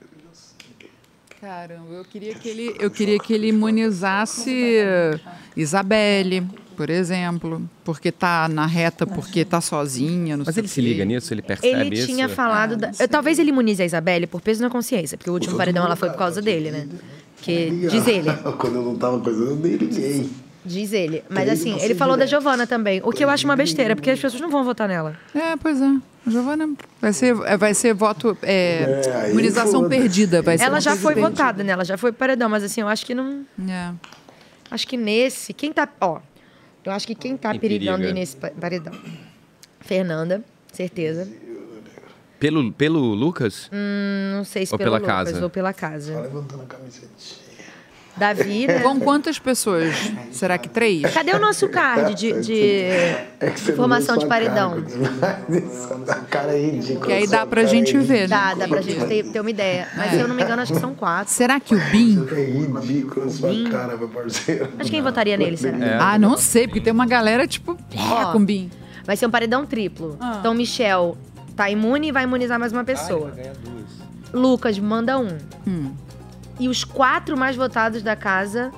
Caramba, eu queria que ele, eu queria que ele imunizasse eh, Isabelle, por exemplo, porque tá na reta, porque tá sozinha. Não
Mas
sei
ele
o
se
quê.
liga nisso? Ele percebe
Ele
isso?
tinha falado. da- Eu- Talvez ele imunize é a Isabelle por peso na consciência, porque o último paredão ela foi por causa dele, né? Que diz ele.
Quando eu não tava coisando, eu nem liguei.
Diz ele. Mas
Ele
assim,
não
ele
sei
falou da
direto.
Giovana também, o que eu acho uma besteira, porque as pessoas não vão votar nela.
É, pois é. Giovana, vai ser, eh, vai ser voto. eh,
É, aí
imunização
foda.
perdida. Vai ser um
Ela
uma
já
coisa
foi
perdida.
votada, né? Ela já foi pro paredão, mas assim, eu acho que não.
É.
Acho que nesse. Quem tá. Ó. Eu acho que quem tá
Quem
perigando
periga?
ir nesse pa- paredão? Fernanda, certeza.
Pelo, pelo Lucas?
Hum, não sei se
Ou
pelo
pela
Lucas
casa?
ou pela casa. Só
levantando a camiseta.
Davi, né?
Vão quantas pessoas? Será que três?
Cadê o nosso card Ah,
É
de, de É formação de paredão?
A né? cara é ridícula.
Que aí dá
só
pra
cara
gente
é
ver, né? É.
Dá, dá pra gente ter, ter uma ideia. Mas se eu não me engano, acho que são quatro.
Será que o Bim?
É ridícula sua cara, meu parceiro. é.
Mas quem votaria nele, será?
Ah, não sei, porque tem uma galera, tipo, Ah.
Ó,
com Bim.
Vai ser um paredão triplo. Então, Michel tá imune e vai imunizar mais uma pessoa. Lucas manda um.
Hum.
E os quatro mais votados da casa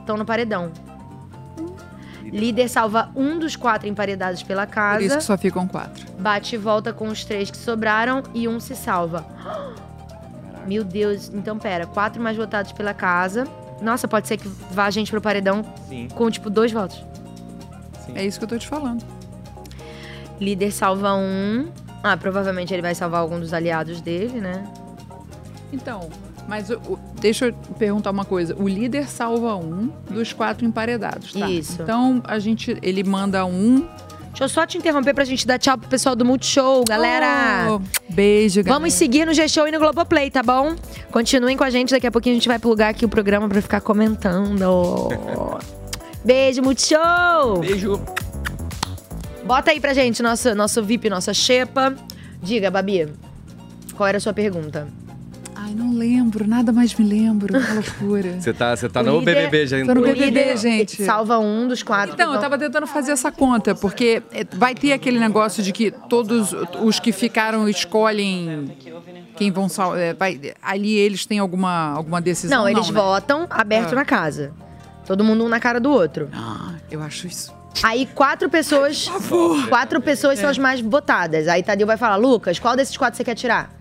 estão no paredão. Líder salva um dos quatro emparedados pela casa.
Por isso que só ficam quatro.
Bate e volta com os três que sobraram e um se salva. Meu Deus, então pera, quatro mais votados pela casa. Nossa, pode ser que vá gente pro paredão
Sim.
com, tipo, dois votos.
É isso que eu tô te falando.
Líder salva um. Ah, provavelmente ele vai salvar algum dos aliados dele, né?
Então, mas o- o- deixa eu perguntar uma coisa. O líder salva um dos quatro emparedados, tá?
Isso.
Então, a gente, ele manda um.
Deixa eu só te interromper pra gente dar tchau pro pessoal do Multishow, galera!
Oh, beijo, galera.
Vamos seguir no G-Show e no Globoplay, tá bom? Continuem com a gente, daqui a pouquinho a gente vai plugar aqui o programa pra ficar comentando. Beijo, Multishow!
Beijo!
Bota aí pra gente nosso, nosso VIP, nossa xepa. Diga, Babi, qual era a sua pergunta?
Ai, não lembro, nada mais me lembro. Que loucura.
Você tá, você tá
O
no
líder-
BBB já.
Tô no
entrou.
BBB, gente.
Salva um dos quatro.
Então, eu tava tentando fazer essa conta, porque eh, vai ter aquele negócio de que todos os que ficaram escolhem quem vão salvar. Ali eles têm alguma, alguma decisão.
Não, eles
né?
votam aberto
Ah.
na casa. Todo mundo um na cara do outro.
Eu acho isso.
Aí quatro pessoas. Quatro pessoas
É.
são as mais botadas. Aí Tadeu vai falar: Lucas, qual desses quatro você quer tirar?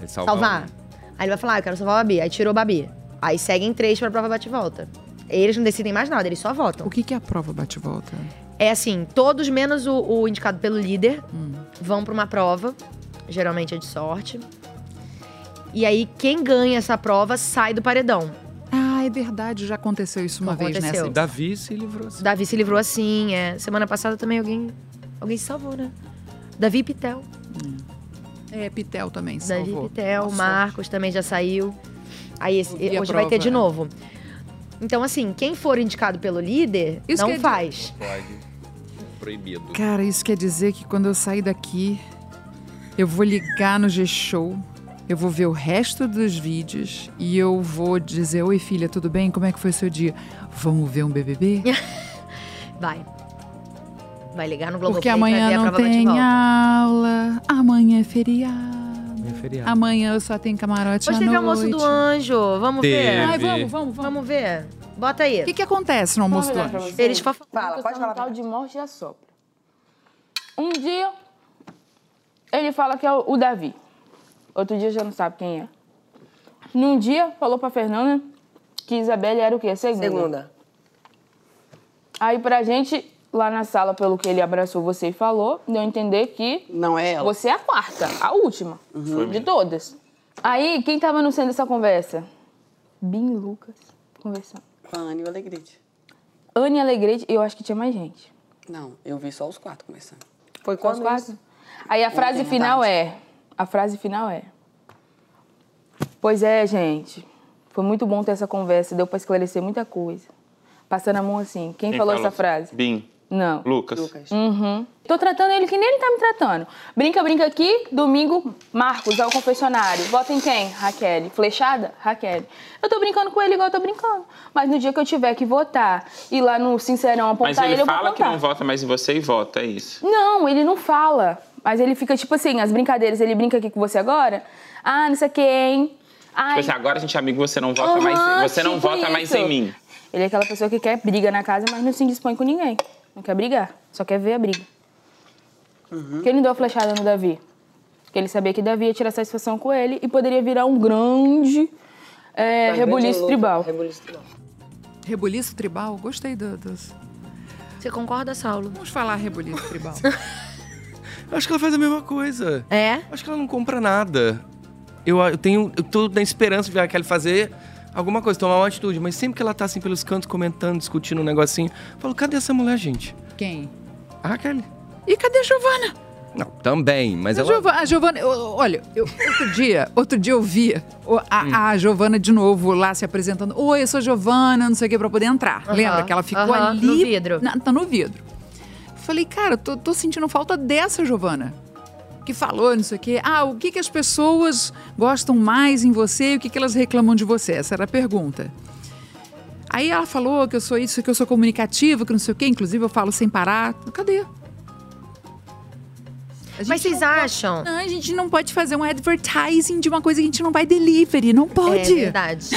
Ele salva
Salvar.
um.
Aí ele vai falar, ah, eu quero salvar o Babi. Aí tirou o Babi. Aí seguem três pra prova bate-volta. Eles não decidem mais nada, eles só votam.
O que, que é a prova bate-volta?
É assim, todos menos o, o indicado pelo líder
Hum.
vão pra uma prova, geralmente é de sorte. E aí quem ganha essa prova sai do paredão.
Ah, é verdade, já aconteceu isso uma vez né,
Aconteceu.
nessa.
Davi se livrou assim.
Davi se livrou assim, é. Semana passada também alguém, alguém se salvou, né? Davi e Pitel.
É, Pitel também se
Davi
salvou.
Pitel, Marcos também já saiu. Aí esse-
E a
hoje vai ter
prova,
de
é.
novo. Então, assim, quem for indicado pelo líder,
Isso quer
não
dizer-
faz.
Pode. Proibido.
Cara, isso quer dizer que quando eu sair daqui, eu vou ligar no G-Show, eu vou ver o resto dos vídeos e eu vou dizer: Oi, filha, tudo bem? Como é que foi seu dia? Vamos ver um BBB?
Vai. Vai ligar no Globo
Porque amanhã
vai ver a
não
prova
tem
bate-volta.
aula, amanhã é feriado.
É feriado.
Amanhã eu só tenho camarote
Hoje
à
teve
noite.
almoço do anjo. Vamos ver.
Ai, vamos,
vamos, vamos ver. Bota aí. O
que, que acontece no almoço do anjo?
Eles fofam.
Fala,
tá
pode falar. tal de morte e assopro. Um dia, ele fala que é o o Davi. Outro dia já não sabe quem é. Num dia, falou pra Fernanda que Isabelle era o quê? Segunda.
Segunda.
Aí pra gente, lá na sala, pelo que ele abraçou você e falou, deu a entender que... Não é ela. Você é a quarta, a última.
Uhum. Foi
De
mesmo.
todas. Aí, quem tava no centro dessa conversa? Bim e Lucas, conversando.
Fanny e o Alegrete.
Anne Alegrete, eu acho que tinha mais gente.
Não, eu vi só os quatro começando.
Foi
quando
quase. Aí a
Ontem
frase
à
final
tarde.
é. A frase final é. Pois é, gente. Foi muito bom ter essa conversa. Deu pra esclarecer muita coisa. Passando a mão assim. Quem, falou, essa frase?
Bim.
Não.
Lucas.
Uhum. Tô tratando ele que nem ele tá me tratando. Brinca, brinca aqui. Domingo, Marcos, ao confessionário. Vota em quem? Raquel. Flechada? Raquel. Eu tô brincando com ele igual eu tô brincando. Mas no dia que eu tiver que votar, ir lá no Sincerão apontar
Mas ele
eu vou
fala que
apontar.
não vota mais em você e vota, é isso.
Não, ele não fala. Mas ele fica tipo assim, as brincadeiras, ele brinca aqui com você agora. Ah, não sei quem.
Tipo
Ai.
assim, agora a gente é amigo, você não vota
Aham,
mais. Você não
tipo
vota mais
isso.
em mim.
Ele é aquela pessoa que quer briga na casa, mas não se dispõe com ninguém. Não quer brigar, só quer ver a briga. Porque ele deu a flechada no Davi. Porque ele sabia que Davi ia tirar satisfação com ele e poderia virar um grande eh,
Uma grande
rebuliço
luta,
tribal.
tá Rebuliço tribal.
Rebuliço tribal? Gostei do- dos.
Você concorda, Saulo?
Vamos falar rebuliço tribal.
Eu acho que ela faz a mesma coisa.
É?
Acho que ela não compra nada. Eu, eu tenho. Eu tô na esperança de ver a Kelly fazer alguma coisa, tomar uma atitude. Mas sempre que ela tá assim pelos cantos, comentando, discutindo um negocinho, eu falo, cadê essa mulher, gente?
Quem?
A Raquel.
E cadê a Giovana?
Não, também, mas
A
ela.
Giova- a Giovana, eu- eu- olha, eu- outro dia, outro dia eu vi o- a,
Hum.
a Giovana de novo lá se apresentando. Oi, eu sou Giovana, não sei o que, pra poder entrar.
Aham,
Lembra que ela ficou
aham,
ali.
no vidro.
na- tá no vidro. Falei, cara, eu tô, tô sentindo falta dessa Giovana. Que falou, não sei o quê. Ah, o que, que as pessoas gostam mais em você e o que, que elas reclamam de você? Essa era a pergunta. Aí ela falou que eu sou isso, que eu sou comunicativa, que não sei o quê. Inclusive, eu falo sem parar. Cadê?
Mas vocês acham?
Não, a gente não pode fazer um advertising de uma coisa que a gente não vai delivery. Não pode.
É verdade.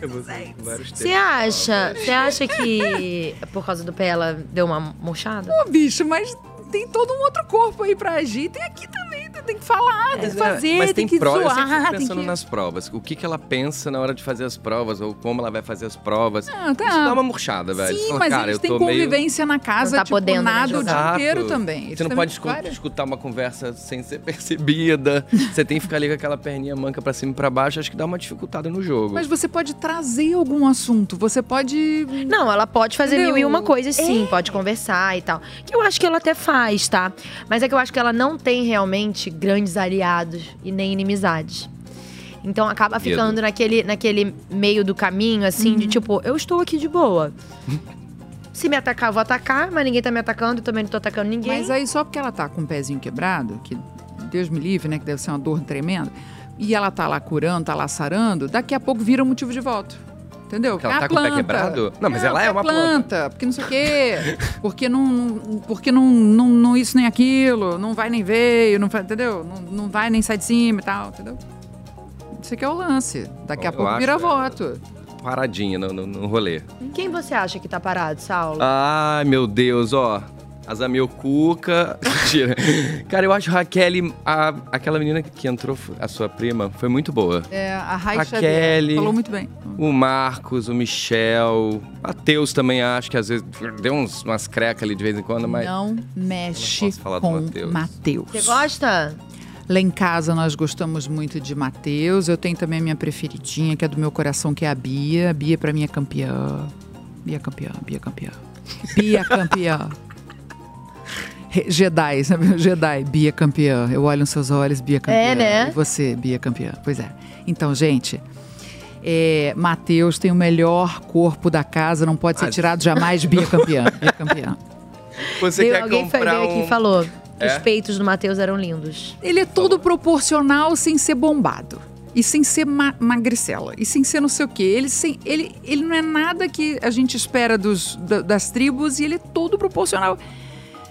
Eu vou- vários
Você acha? Ah, Você acha que por causa do pé ela deu uma murchada?
Ô, bicho, mas tem todo um outro corpo aí pra agir. Tem aqui também, tem que falar, tem que fazer,
É, mas
tem, que
prova, eu sempre
zoar,
fico
tem
pensando
que...
nas provas. O que, que ela pensa na hora de fazer as provas, ou como ela vai fazer as provas.
Não, tá.
Isso dá uma murchada, velho. Você
Sim,
fala,
mas
cara,
eles
eu
têm
tô meio-
convivência na casa,
tá
tipo,
podendo, né,
nada o dia
Exato.
inteiro também. é Eles
Você não
também
pode escu-
várias-
escutar uma conversa sem ser percebida. você tem que ficar ali com aquela perninha manca pra cima e pra baixo. Acho que dá uma dificultada no jogo.
Mas você pode trazer algum assunto, você pode...
Não, ela pode fazer
Entendeu?
mil e uma coisas sim, pode conversar e tal. Que eu acho que ela até faz, tá? Mas é que eu acho que ela não tem realmente grandes aliados e nem inimizades. Então acaba
Medo.
ficando naquele, naquele meio do caminho, assim,
Uhum.
de tipo, eu estou aqui de boa. Se me atacar, eu vou atacar, mas ninguém tá me atacando, eu também não tô atacando ninguém.
Mas aí, só porque ela tá com o pezinho quebrado, que Deus me livre, né? Que deve ser uma dor tremenda, e ela tá lá curando, tá lá sarando, daqui a pouco vira um motivo de voto. Entendeu?
Porque ela
Ah,
tá com o pé
planta.
quebrado? Não, mas ela é
porque
uma
a Porque não sei o quê. Porque não. não- Porque não, não, não isso nem aquilo. Não vai nem veio. Não, vai- entendeu? Não, não vai nem sai de cima e tal. Entendeu? Isso aqui é o lance. Daqui a
Eu
pouco
acho,
vira
é.
voto.
Paradinha no, no, no rolê.
tá
Ah,
Quem você acha que tá parado, Saulo?
Ai, meu Deus, ó. Azameu Cuca. Mentira. Cara, eu acho Raquel, a, aquela menina que entrou, a sua prima, foi muito boa.
É, a
A
Raíssa
Kelly.
falou muito bem.
O Marcos, o Michel. Mateus também acho que às vezes deu uns, umas crecas ali de vez em quando, mas.
Não mexe
posso falar do
com
Mateus.
Matheus.
Você gosta?
Lá em casa nós gostamos muito de Matheus. Eu tenho também a minha preferidinha, que é do meu coração, que é a Bia. A Bia pra mim é campeã. Bia é campeã, Bia campeã. Bia é campeã. Re- Jedi, sabe? Jedi, Bia é campeã. Eu olho nos seus olhos, Bia campeã.
É, né?
E você, Bia campeã. Pois é. Então, gente, é, Matheus tem o melhor corpo da casa, não pode ser tirado jamais, Bia é campeã. Bia campeã.
Você
Veio-
quer
alguém foi-
comprar
veio aqui
um...
e falou que os
É?
peitos do Matheus eram lindos.
Ele é todo proporcional sem ser bombado. E sem ser ma magricela. E sem ser não sei o quê. Ele, sem, ele, ele não é nada que a gente espera dos, da- das tribos e ele é todo proporcional.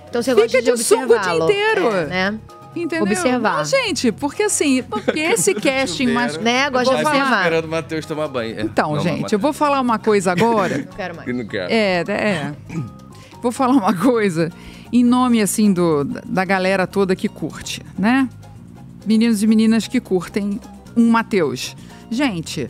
Então você
Fica
gosta de
sunga o dia
observá-lo.
inteiro.
É, né?
Entendeu?
Observar.
Não, gente, porque assim, porque esse casting mais. né?
Né?
Eu tava esperando o Matheus tomar banho. É,
Então,
não,
gente,
mas-
eu vou falar uma coisa agora.
Não quero mais.
Eu não quero.
É, é. Vou falar uma coisa em nome, assim, do, da galera toda que curte, né? Meninos e meninas que curtem um Matheus. Gente,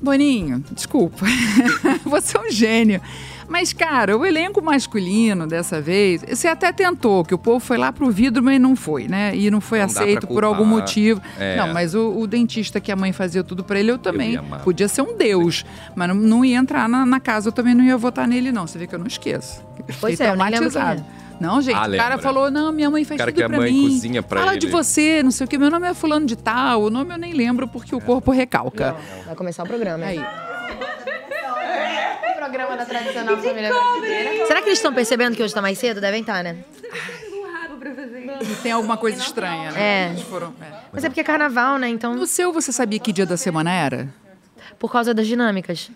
Boninho, desculpa. Você é um gênio. Mas, cara, o elenco masculino dessa vez, você até tentou, que o povo foi lá pro vidro, mas não foi, né? E não foi
Não dá pra
aceito por
culpar.
algum motivo.
É.
Não, mas o, o dentista que a mãe fazia tudo pra ele, eu também.
ia amar.
Podia ser um deus, mas não, não ia entrar na, na casa, eu também não ia votar nele, não. Você vê que eu não esqueço.
Pois
Fiquei
é, eu nem lembro quem
traumatizado. Não, gente,
Ah,
o cara
lembra.
falou, não, minha mãe faz
Cara
tudo
que a
pra
mãe
mim.
cozinha pra
Fala de
ele.
você, não sei o que, meu nome é fulano de tal, o nome eu nem lembro porque o corpo recalca.
Vai começar o programa. né?
Aí.
Programa da tradicional família
é
Será que eles estão percebendo que hoje tá mais cedo? Devem estar, né?
Tem alguma coisa estranha, né?
É.
Eles foram- é.
Mas é porque é carnaval, né? Então. No
seu você sabia que dia da semana era?
Por causa das dinâmicas.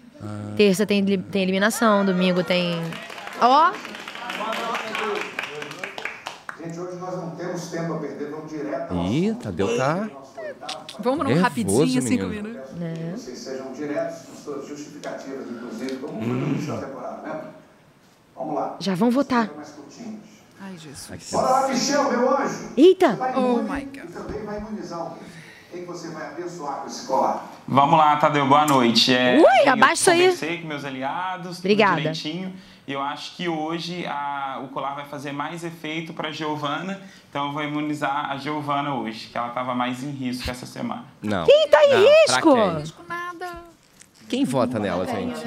Terça tem, li- tem eliminação, domingo tem. Ó!
Gente, hoje nós não temos tempo a perder, vamos direto.
Ih, Tadeu tá.
Vamos
Nervoso,
num rapidinho, cinco
menino.
minutos.
Vocês sejam diretos com suas justificativas, inclusive, como foi no início da um temporada, lembra? Vamos lá.
Já vão votar.
Mais curtinhos.
Ai, Jesus.
Bora lá, Michel, meu anjo.
Eita!
Vai
Oh,
muito
my
E também vai imunizar alguém. Quem você vai abençoar com esse colar?
Vamos lá, Tadeu, boa noite. É,
Ui,
eu
abaixa isso aí.
Conversei com meus aliados,
Obrigada.
tudo direitinho. E eu acho que hoje a- o colar vai fazer mais efeito para Giovana. Então eu vou imunizar a Giovana hoje, que ela estava mais em risco essa semana.
Não.
Quem tá em
Não, pra
risco?
Quem? Quem vota nela, gente?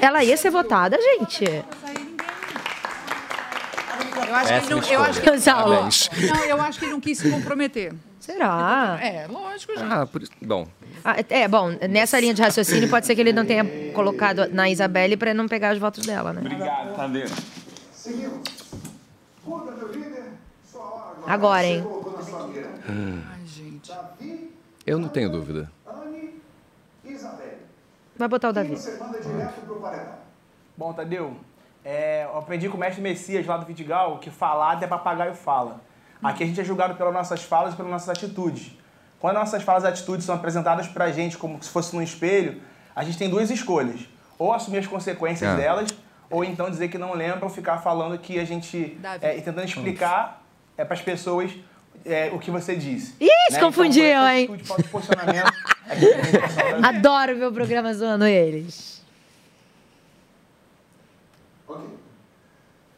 Ela ia ser votada, gente.
Eu acho que ele não, eu acho que
Péssima escolha. Parabéns.
Não, eu acho que ele não quis se comprometer.
Será?
É, lógico, gente.
Ah, por isso. Bom.
Ah, É, bom, nessa linha de raciocínio pode ser que ele não tenha colocado na Isabelle pra não pegar os votos dela, né?
Obrigado, Tadeu.
Seguimos. Conta, meu líder. Sua hora agora.
Agora, hein?
Você colocou na sua mira.
Hum,
Ai, gente.
Davi,
eu não tenho dúvida.
Anne e Isabelle.
Vai botar o
Quem
Davi.
você manda direto pro paredão?
Bom, Tadeu, é, eu aprendi com o mestre Messias lá do Vidigal que falado é papagaio fala. Aqui a gente é julgado pelas nossas falas e pelas nossas atitudes. Quando nossas falas e atitudes são apresentadas pra gente como se fosse num espelho, a gente tem duas escolhas. Ou assumir as consequências
É.
delas, ou então dizer que não lembra ou ficar falando que a gente... É, e tentando explicar é, pras pessoas é, o que você disse. Então,
Ih, se confundiu, hein?
tipo um
Adoro ver o programa zoando eles.
Ok.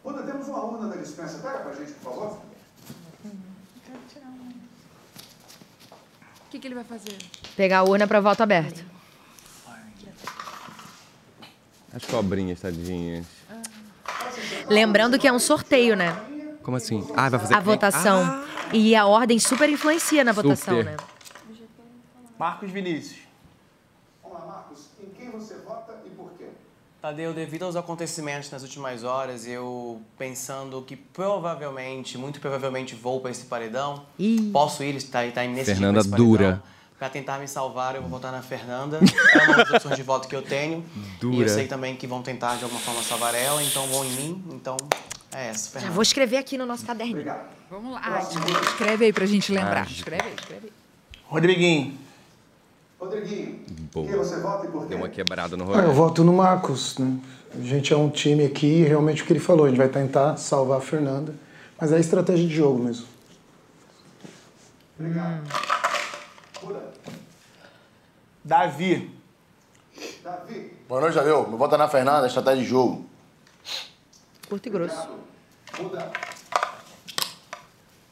Quando temos uma urna da dispensa, pega pra gente, por favor.
O que, que ele vai fazer?
Pegar a urna pra volta aberta.
As cobrinhas, tadinhas.
Lembrando que é um sorteio, né?
Como assim? Ah, vai fazer
A votação.
Ah,
E a ordem super influencia na votação,
Super.
né?
Marcos Vinícius.
Vamos lá, Marcos. Em quem você vota e por quê?
Tadeu, devido aos acontecimentos nas últimas horas, eu pensando que provavelmente, muito provavelmente, vou para esse paredão. Posso ir, tá, estar, estar nesse
Ah, Fernanda
tipo,
dura.
Para tentar me salvar, eu vou votar na Fernanda. É uma das opções de voto que eu tenho. E
Dura.
eu sei também que vão tentar, de alguma forma, salvar ela, então vão em mim. Então, é essa,
Já
Fernanda.
vou escrever aqui no nosso caderninho.
Vamos lá. Ai, escreve aí pra gente lembrar.
Ah,
Escreve aí, escreve aí.
Rodriguinho.
Rodriguinho,
Boa. Deu uma quebrada no
Ah, eu
Rogério.
voto no Marcos, né? A gente é um time aqui, realmente o que ele falou, a gente vai tentar salvar a Fernanda, mas é estratégia de jogo mesmo.
Hum.
Davi.
Boa noite, Javier. Meu voto é na Fernanda, estratégia de jogo.
Ah.
Curto e grosso.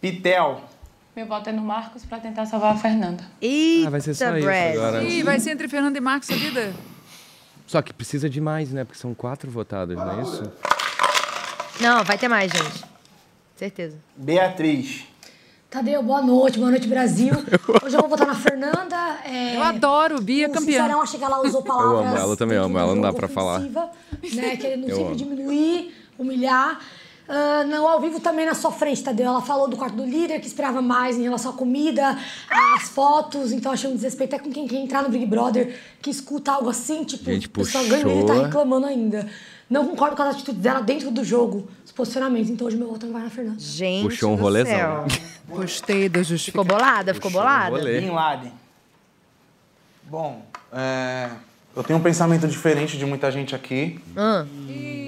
Pitel.
Meu voto é no Marcos pra tentar salvar a Fernanda.
Eita,
Ah, vai ser só isso Brad. agora.
Ih, vai ser entre Fernando e Marcos a vida?
Só que precisa de mais, né? Porque são quatro votados, não é isso?
Não, vai ter mais, gente. Certeza.
Beatriz.
Tadeu, boa noite, boa noite, Brasil. Hoje eu vou votar na Fernanda. eu adoro, Bia, é
campeã.
O Cesarão, achei que ela usou
Eu
palavras
amo ela, eu também amo ela, não dá pra falar.
ofensiva, né? Querendo
Eu
sempre
amo.
diminuir, humilhar. Ah, não, ao vivo também na sua frente, Tadeu. Ela falou do quarto do líder, que esperava mais em relação à comida, às fotos. Então, achei um desrespeito até com quem quer entrar no Big Brother, que escuta algo assim, tipo,
Gente,
o pessoal ganhou e ele tá
puxou.
reclamando ainda. Não concordo com as atitudes dela dentro do jogo, os posicionamentos. Então, hoje meu voto não vai na Fernanda.
Gente
Puxou um
do
rolezão. um
céu.
Gostei da justiça.
Ficou bolada, ficou bolada.
Bin Laden.
Bom,
é,
eu tenho um pensamento diferente de muita gente aqui.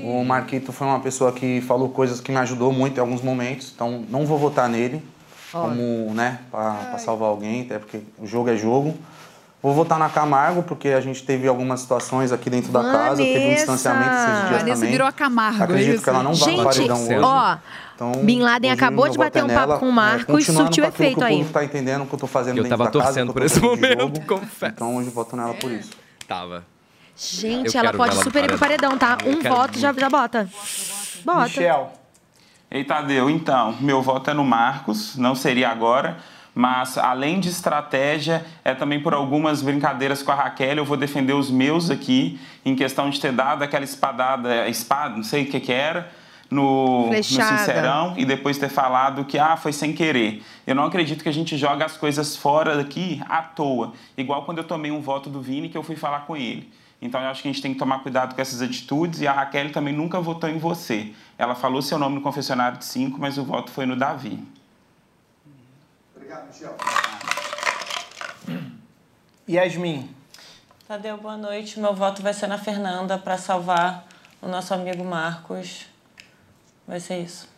O Marquito foi uma pessoa que falou coisas que me ajudou muito em alguns momentos, então não vou votar nele. Como,
né,
pra,
pra
salvar
alguém,
até porque
o jogo é jogo.
Vou votar
na
Camargo,
porque a gente teve algumas situações aqui
dentro da casa, teve um distanciamento esses dias
Vanessa
também.
virou a Camargo,
Acredito
é isso?
que ela não vai
Gente,
ao paredão hoje.
ó,
Então,
Bin Laden
hoje
acabou
meu
de
voto é
bater um
nela, É,
papo com o Marco e
continuando
surtiu
com aquilo
efeito
que O
aí.
povo tá entendendo o que eu tô fazendo
Eu
dentro
tava
da casa,
torcendo
que eu tô
por esse
fazendo de
momento,
jogo.
confesso.
Então hoje eu voto nela por isso.
Tava.
Gente,
Eu
ela
quero
pode
ela no
super ir pro paredão,
paredão.
tá?
Eu
Um
quero
voto já, já bota. Bota.
Ei, Tadeu, então, meu voto é no Marcos, não seria agora, mas além de estratégia, é também por algumas brincadeiras com a Raquel, eu vou defender os meus aqui, em questão de ter dado aquela espadada, espada, não sei o que que era, no, no
Flechada.
Sincerão e depois ter falado que, ah, foi sem querer. Eu não acredito que a gente joga as coisas fora daqui à toa, igual quando eu tomei um voto do Vini que eu fui falar com ele. Então, eu acho que a gente tem que tomar cuidado com essas atitudes. E a Raquel também nunca votou em você. Ela falou seu nome no confessionário de cinco, mas o voto foi no Davi.
Obrigado, Michel.
Yasmin.
Tadeu, boa noite. Meu voto vai ser na Fernanda pra salvar o nosso amigo Marcos. Vai ser isso.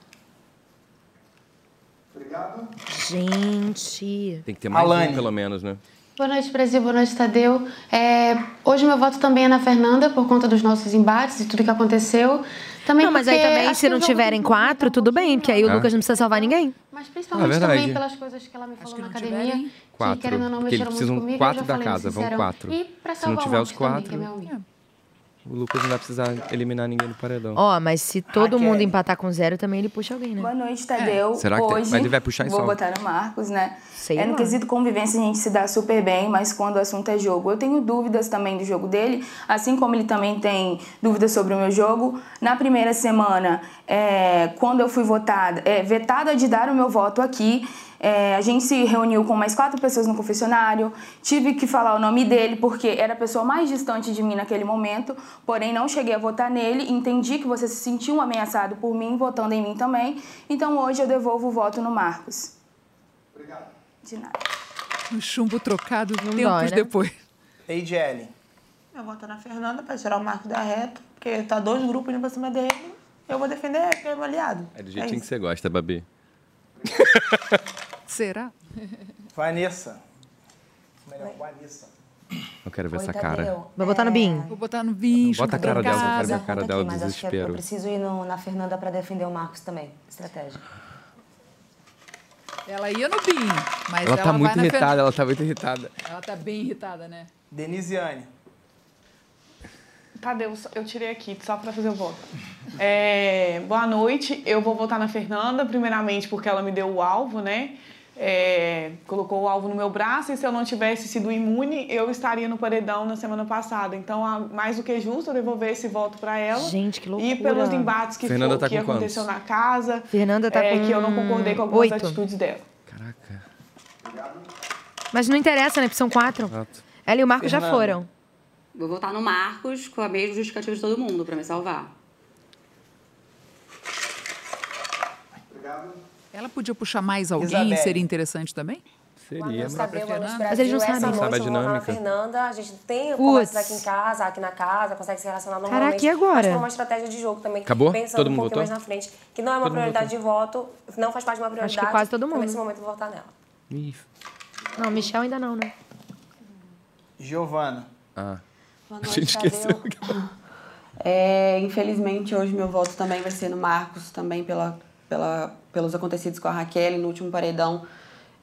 Gente.
Tem que ter mais
Alane.
um, pelo menos, né?
Boa noite, Brasil. Boa noite, Tadeu. É, hoje meu voto também é na Fernanda, por conta dos nossos embates e tudo que aconteceu. Também
não, mas aí
porque
também,
acho
se
que
não
o jogo-
tiverem quatro, tudo bem, porque aí o
É.
Lucas não precisa salvar ninguém.
Mas principalmente
Ah, verdade.
também pelas coisas que ela me falou na academia. que
Quatro,
querendo ou não,
porque
mexeram muito
eles precisam
comigo, eu
quatro
já
da
falei
casa, vão
sincerão.
quatro.
E pra
Se
salvar
não
o
tiver os
Marcos também, que é
quatro-
meu amigo.
O Lucas não vai precisar eliminar ninguém do paredão.
Ó, mas se todo mundo empatar com zero, também ele puxa alguém, né?
Boa noite, Tadeu.
É, Será que tem?
Hoje,
Mas ele vai puxar e
Vou
salva.
botar no Marcos, né?
Sei
é, no
lá.
quesito convivência a gente se dá super bem, mas quando o assunto é jogo, eu tenho dúvidas também do jogo dele, assim como ele também tem dúvidas sobre o meu jogo. Na primeira semana, é, quando eu fui votada, é, vetada de dar o meu voto aqui, é, a gente se reuniu com mais quatro pessoas no confessionário, tive que falar o nome dele porque era a pessoa mais distante de mim naquele momento, porém não cheguei a votar nele, entendi que você se sentiu ameaçado por mim, votando em mim também, então hoje eu devolvo o voto no Marcos. De nada.
Um chumbo trocado tempos
dói, né?
depois.
AGL.
Eu voto é na Fernanda pra tirar o Marco da reta, porque tá dois grupos indo pra cima dele. Eu vou defender ele, porque é meu aliado.
É do
É
jeitinho
isso.
que você gosta, Babi.
Será?
Vanessa. Melhor, Vanessa.
Eu quero ver
Oi,
essa cara.
Tadeu.
Vai botar no Bin?
Vou botar no Bin.
Bota a cara
Em
dela, eu quero
casa,
ver a cara
conta
dela,
aqui, mas acho que é
desespero.
Eu preciso ir no- na Fernanda pra defender o Marcos também. Estratégia.
Ela ia no Bin, mas
Ela
ela,
tá muito
vai na
irritada,
Fernanda.
ela tá muito irritada.
Ela tá bem irritada, né?
Denisiane.
Tadeu, eu tirei aqui só pra fazer o voto. É, boa noite, eu vou votar na Fernanda, primeiramente porque ela me deu o alvo, né? É, colocou o alvo no meu braço e se eu não tivesse sido imune, eu estaria no paredão na semana passada. Então, a- mais do que justo eu devolver esse voto pra ela.
Gente, que
E
loucura.
pelos embates que,
Fernanda
fo-
tá
que
com quantos?
aconteceu na casa,
Fernanda tá
é,
com
que eu não concordei com algumas
oito.
atitudes dela.
Mas não interessa, né? Porque são quatro. Ela e o Marco já
Fernanda.
foram.
Vou votar no Marcos com a mesma justificativa de todo mundo pra me salvar.
Ela podia puxar mais alguém,
Isabelle.
seria interessante também?
Seria, mas...
Sabemos,
Mas eles
Brasil,
não sabem.
Essa
Sabe a
noite eu vou lá na
dinâmica.
Fernanda, a gente tem
Putz.
conversas aqui em casa, aqui na casa, consegue se relacionar
Caraca,
normalmente.
e agora?
Mas foi uma estratégia de jogo também.
Acabou?
Pensando
Todo
um
mundo
pouquinho mais
votou?
na frente, que não é uma
Todo mundo
prioridade de voto, não faz parte de uma prioridade.
quase todo
então
mundo.
Nesse momento eu vou votar nela.
Ih,
Não, Michel ainda não, né?
Giovana.
Ah.
Boa
A
noite,
gente esqueceu.
Tadeu. É, infelizmente, hoje meu voto também vai ser no Marcos, também pela, pela, pelos acontecidos com a Raquel no último paredão.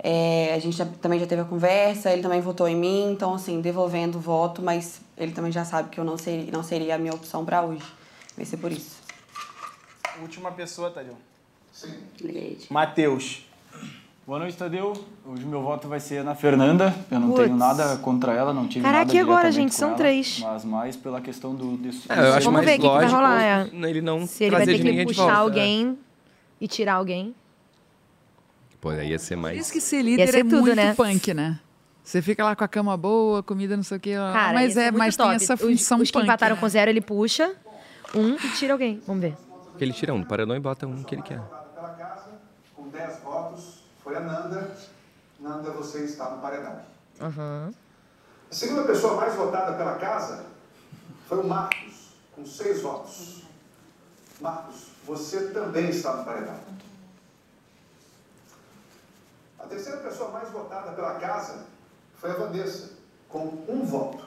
É, a gente já- também já teve a conversa, ele também votou em mim, então, assim, devolvendo o voto, mas ele também já sabe que eu não seria, não seria a minha opção pra hoje. Vai ser por isso.
Última pessoa, Tadeu. Sim.
Matheus. Boa noite, Tadeu. Hoje meu voto vai ser na Fernanda. Eu não
Putz.
tenho nada contra ela, não tive
Caraca,
nada
e agora,
diretamente
gente?
com
São
ela,
três.
Mas mais pela questão do... desse-
É, eu acho
Vamos
mais
ver o que que vai
lógico
rolar, é.
ele não
Se ele vai
trazer
ter
de
que
ninguém de
puxar
volta, é.
alguém e tirar alguém.
Pô, aí ia ser
Por
mais...
isso que ser
Ia
líder
ser
é
tudo,
muito
né?
punk, né? Você fica lá com a cama boa, comida não sei o quê. lá,
Cara,
mas
ia ser
é,
muito
mas
top.
tem essa
Os-
função
Os, que
punk.
empataram
né?
com zero, ele puxa um e tira alguém. Vamos ver.
Ele tira um do paredão e bota um que ele quer.
Com 10 votos, foi a Nanda. Nanda, você está no paredão.
Aham.
A segunda pessoa mais votada pela casa foi o Marcos, com 6 votos. Marcos, você também está no paredão. A terceira pessoa mais votada pela casa foi a Vanessa, com um voto.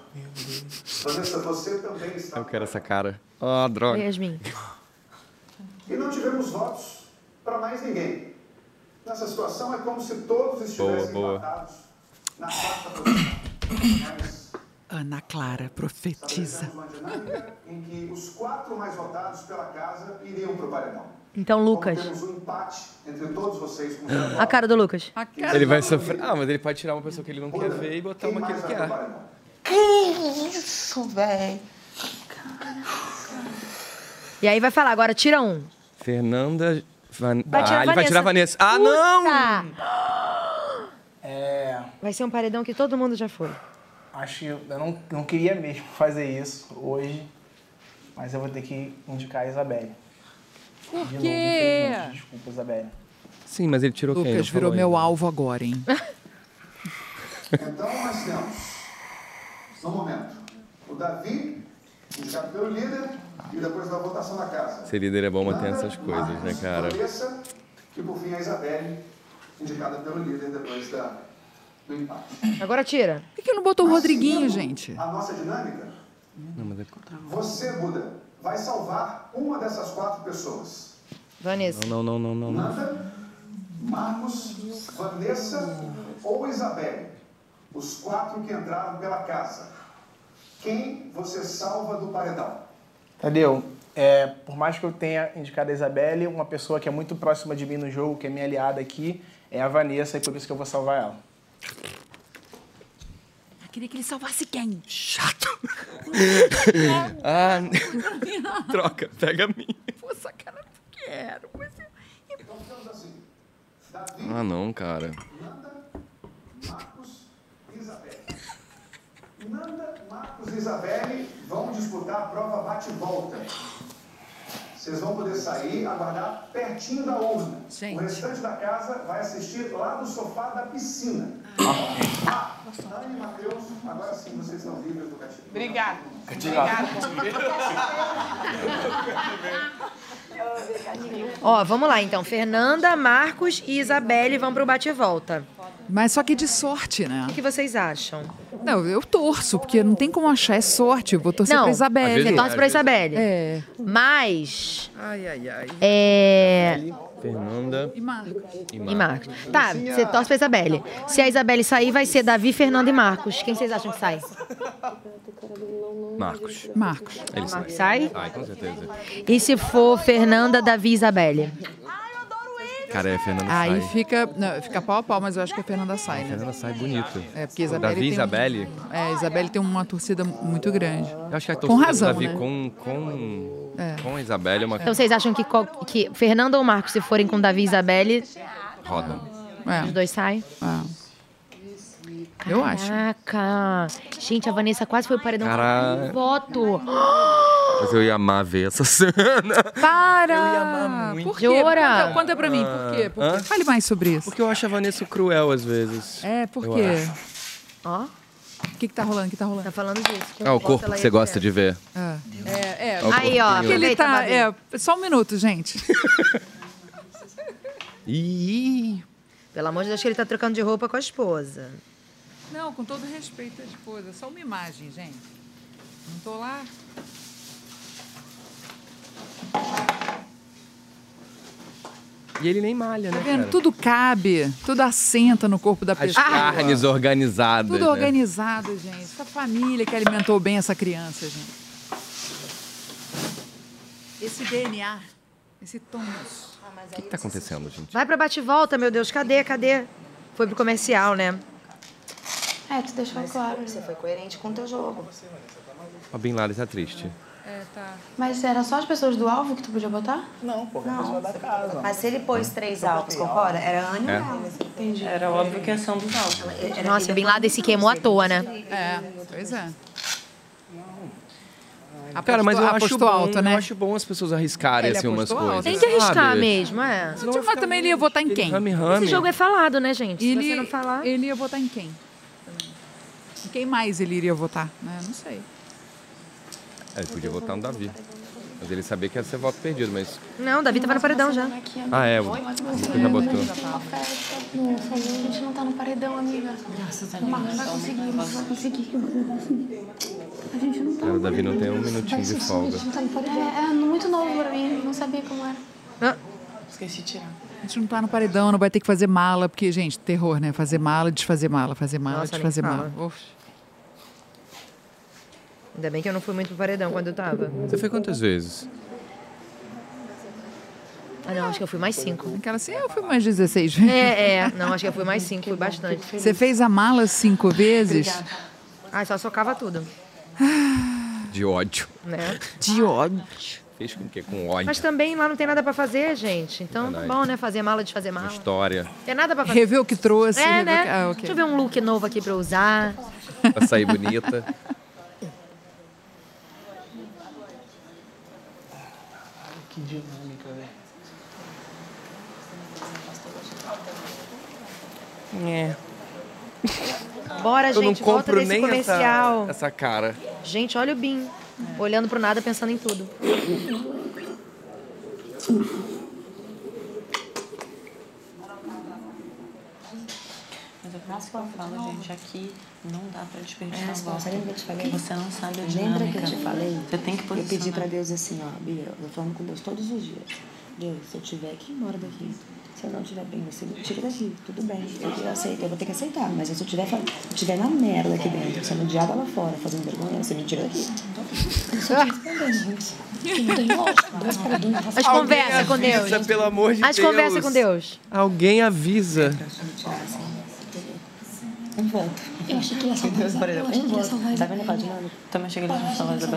Vanessa, você também está
Eu quero essa cara. Ah, droga.
Yasmin.
E não tivemos votos para mais ninguém. Nessa situação é como se todos
Boa,
estivessem
boa.
empatados na quarta posição.
Ana Clara profetiza.
Uma dinâmica em que os quatro mais votados pela casa iriam para o paredão.
Então, Lucas.
Como temos um empate entre todos vocês com zero
A cara do Lucas.
Ele vai sofrer. Ah, mas ele pode tirar uma pessoa que ele não quer ver e botar
Quem
uma que
mais
ele
vai
quer.
pro paredão?
Que isso, velho. E aí vai falar, agora tira um.
Fernanda. Van...
Vai tirar
ah, ele vai tirar a Vanessa. Ah, não!
não!
É,
Vai ser um paredão que todo mundo já foi.
acho que eu não, não queria mesmo fazer isso hoje, mas eu vou ter que indicar a Isabelle. Por
quê?
Desculpa, Isabelle.
Sim, mas ele tirou quem?
Lucas
Não
virou
falou
meu
ainda.
alvo agora, hein?
Então nós temos, no momento, o Davi, indicado pelo líder, e depois da votação da casa.
Ser líder é bom manter essas coisas, né, cara?
Vanessa, e por fim a Isabelle, indicada pelo líder depois da, do empate.
Agora tira.
Por que, que não botou o Rodriguinho, gente?
A nossa dinâmica,
Não, mas é ele...
você, Buda, vai salvar uma dessas quatro pessoas.
Vanessa.
não, não, não, não, não. não.
Nanda, Marcos, Vanessa ou Isabelle. Os quatro que entraram pela casa. Quem você salva do paredão?
Tadeu, é, por mais que eu tenha indicado a Isabelle, uma pessoa que é muito próxima de mim no jogo, que é minha aliada aqui, é a Vanessa, e por isso que eu vou salvar ela.
Eu queria que ele salvasse quem? Chato.
ah, troca, pega a minha.
Poxa, cara, não quero. Mas eu...
assim.
Ah, não, cara.
Marcos e Isabelle vão disputar a prova bate-volta. Vocês vão poder sair, aguardar pertinho da urna. O restante da casa vai assistir lá no sofá da piscina. Ah, Ana e Matheus, agora sim vocês estão livres do castigo.
Obrigado.
Obrigado.
Ó, vamos lá então. Fernanda, Marcos e Isabelle vão pro bate-volta.
Mas só que de sorte, né?
O que vocês acham?
Não, eu torço, porque não tem como achar, é sorte. Eu vou torcer pra Isabelle.
Você torce pra Isabelle.
É.
Mas.
Ai, ai, ai.
É.
Fernanda.
E Marcos.
E Marcos. Tá, você torce pra Isabelle. Se a Isabelle sair, vai ser Davi, Fernando e Marcos. Quem vocês acham que sai?
Marcos.
Marcos.
Ele sai.
Marcos sai?
Sai, com certeza.
E se for Fernanda, Davi e Isabelle?
Cara, é a Fernanda
Aí
sai.
fica, não, fica pau a pau, mas eu acho que a Fernanda sai,
A
né?
Fernanda sai bonito.
É, porque Isabelle
Davi
tem
e
um-
Isabelle?
É, a Isabelle tem uma torcida muito grande.
Eu acho que a
Com
torcida do
razão,
Davi
né?
com, com,
É.
com a Isabelle é uma
Então vocês acham que, qual- que Fernanda ou Marcos, se forem com Davi e Isabelle,
roda.
É.
os dois saem?
Ah. Eu acho.
um Caraca! Gente, a Vanessa quase foi o paredão.
Cara-
Voto!
Mas eu ia amar ver essa cena.
Para! Eu ia amar muito. Por quê?
Jura?
Conta, conta é pra mim, por quê? Por quê?
Ah, Hã?
Fale mais sobre isso.
Porque eu acho a Vanessa cruel às vezes.
É, por
Eu
quê?
acho.
Ó.
O que, que tá rolando? O que tá rolando? Tá
falando disso.
Ah, o corpo que você gosta de ver.
É, é.
É o Aí, ó, corpinho.
Porque ele
aproveita,
tá.
Babi.
É, só um minuto, gente.
Ih.
Pelo amor de Deus, que ele tá trocando de roupa com a esposa.
Não, com todo respeito à esposa. Só uma imagem, gente. Não tô lá.
E ele nem
É,
malha, né?
Tá vendo?
cara?
Tudo cabe, tudo assenta no corpo da
As
pessoa.
carnes organizadas.
Tudo
né?
organizado, gente. Essa família que alimentou bem essa criança, gente. Esse DNA, esse tônus.
O que que tá acontecendo, gente?
Vai pra bate-volta, meu Deus, cadê, cadê? Foi pro comercial, né?
É, tu deixou claro. Você foi coerente com o teu jogo.
Ó, Bin Laden tá triste.
É, tá.
Mas era só as pessoas do alvo que tu podia botar? Não, pô.
pessoa da casa.
Mas se ele pôs três alvos, corpora, era Anne
É.
assim,
Entendi.
Era óbvio que é ação dos alvos.
Nossa, Bin Laden se queimou à toa, né?
É, pois é.
Cara, mas eu
Apostou-
acho,
apostou
bom,
alto, né?
eu acho bom as pessoas arriscarem
Ele
assim, umas
apostou alto.
coisas.
Tem que arriscar
sabe?
mesmo, é.
Não, mas também ele ia votar em quem?
Rame, rame.
Esse jogo é falado, né, gente?
Ele,
Se você não falar...
ele ia votar Tá em quem? Em quem mais ele iria votar? né? Não sei.
É, ele podia votar no Davi. Mas ele sabia que ia ser voto perdido, mas.
Não, o Davi tava no paredão já.
Ah, é. o- Você já botou.
Nossa, a gente não tá no paredão, amiga.
tá
Graças a Deus. Marcos vai conseguir, Marcos vai conseguir. A gente não tá
Cara, o Davi não tem um
Vai
minutinho de
assistir,
folga.
a gente não tá no paredão. É, é muito novo pra mim, não sabia como era.
Esqueci de tirar.
A gente não tá no paredão, não vai ter que fazer mala, porque, gente, terror, né? Fazer mala, desfazer mala, fazer mala,
Nossa, nem
desfazer
fala.
mala. Uf.
Ainda bem que eu não fui muito pro paredão quando eu tava.
Você foi quantas vezes?
Ah, não, acho que eu fui mais cinco.
Aquela assim, eu fui mais 16 vezes.
É, é. Não, acho que eu fui mais cinco, fui bastante.
Você fez a mala cinco vezes?
Ah, só socava tudo,
De ódio.
né?
De ódio.
Fez com o quê? Com ódio.
Mas também lá não tem nada pra fazer, gente. Então tá
Verdade.
bom, né? Fazer mala, desfazer mala.
História.
Tem nada pra fazer.
Rever o que trouxe.
É,
rever o
né?
que- Ah, ok.
Deixa eu ver um look novo aqui pra eu usar.
Pra sair bonita.
Que dinâmica, velho.
É.
Bora,
Eu não
gente, volta
compro
desse
nem
comercial.
essa, essa cara.
Gente, olha o Bim. Olhando pro nada, pensando em tudo.
Mas eu faço o que eu falo, gente. Aqui não dá pra desperdiçar
É,
a volta.
lembra que eu te falei?
Você não sabe a dinâmica.
Lembra que eu te falei?
Você tem que
Eu pedi pra
posicionar.
Deus assim, ó, Bia, eu tô falando com Deus todos os dias. Deus, se eu tiver que ir embora daqui, se eu não tiver bem, você me tira daqui, tudo bem. Eu, eu aceito, eu vou ter que aceitar. Mas se eu tiver, fa- eu tiver na merda aqui dentro, sendo diabo lá fora, fazendo vergonha, você me tira daqui.
Mas conversa com
Alguém
Deus.
avisa, pelo amor de
Mas
Deus.
conversa com Deus.
Alguém avisa.
Um voto. Eu achei que ele ia salvar Isabela. Eu achei que ele ia salvar Tá vendo qual a dinâmica?
Também cheguei lá na sala da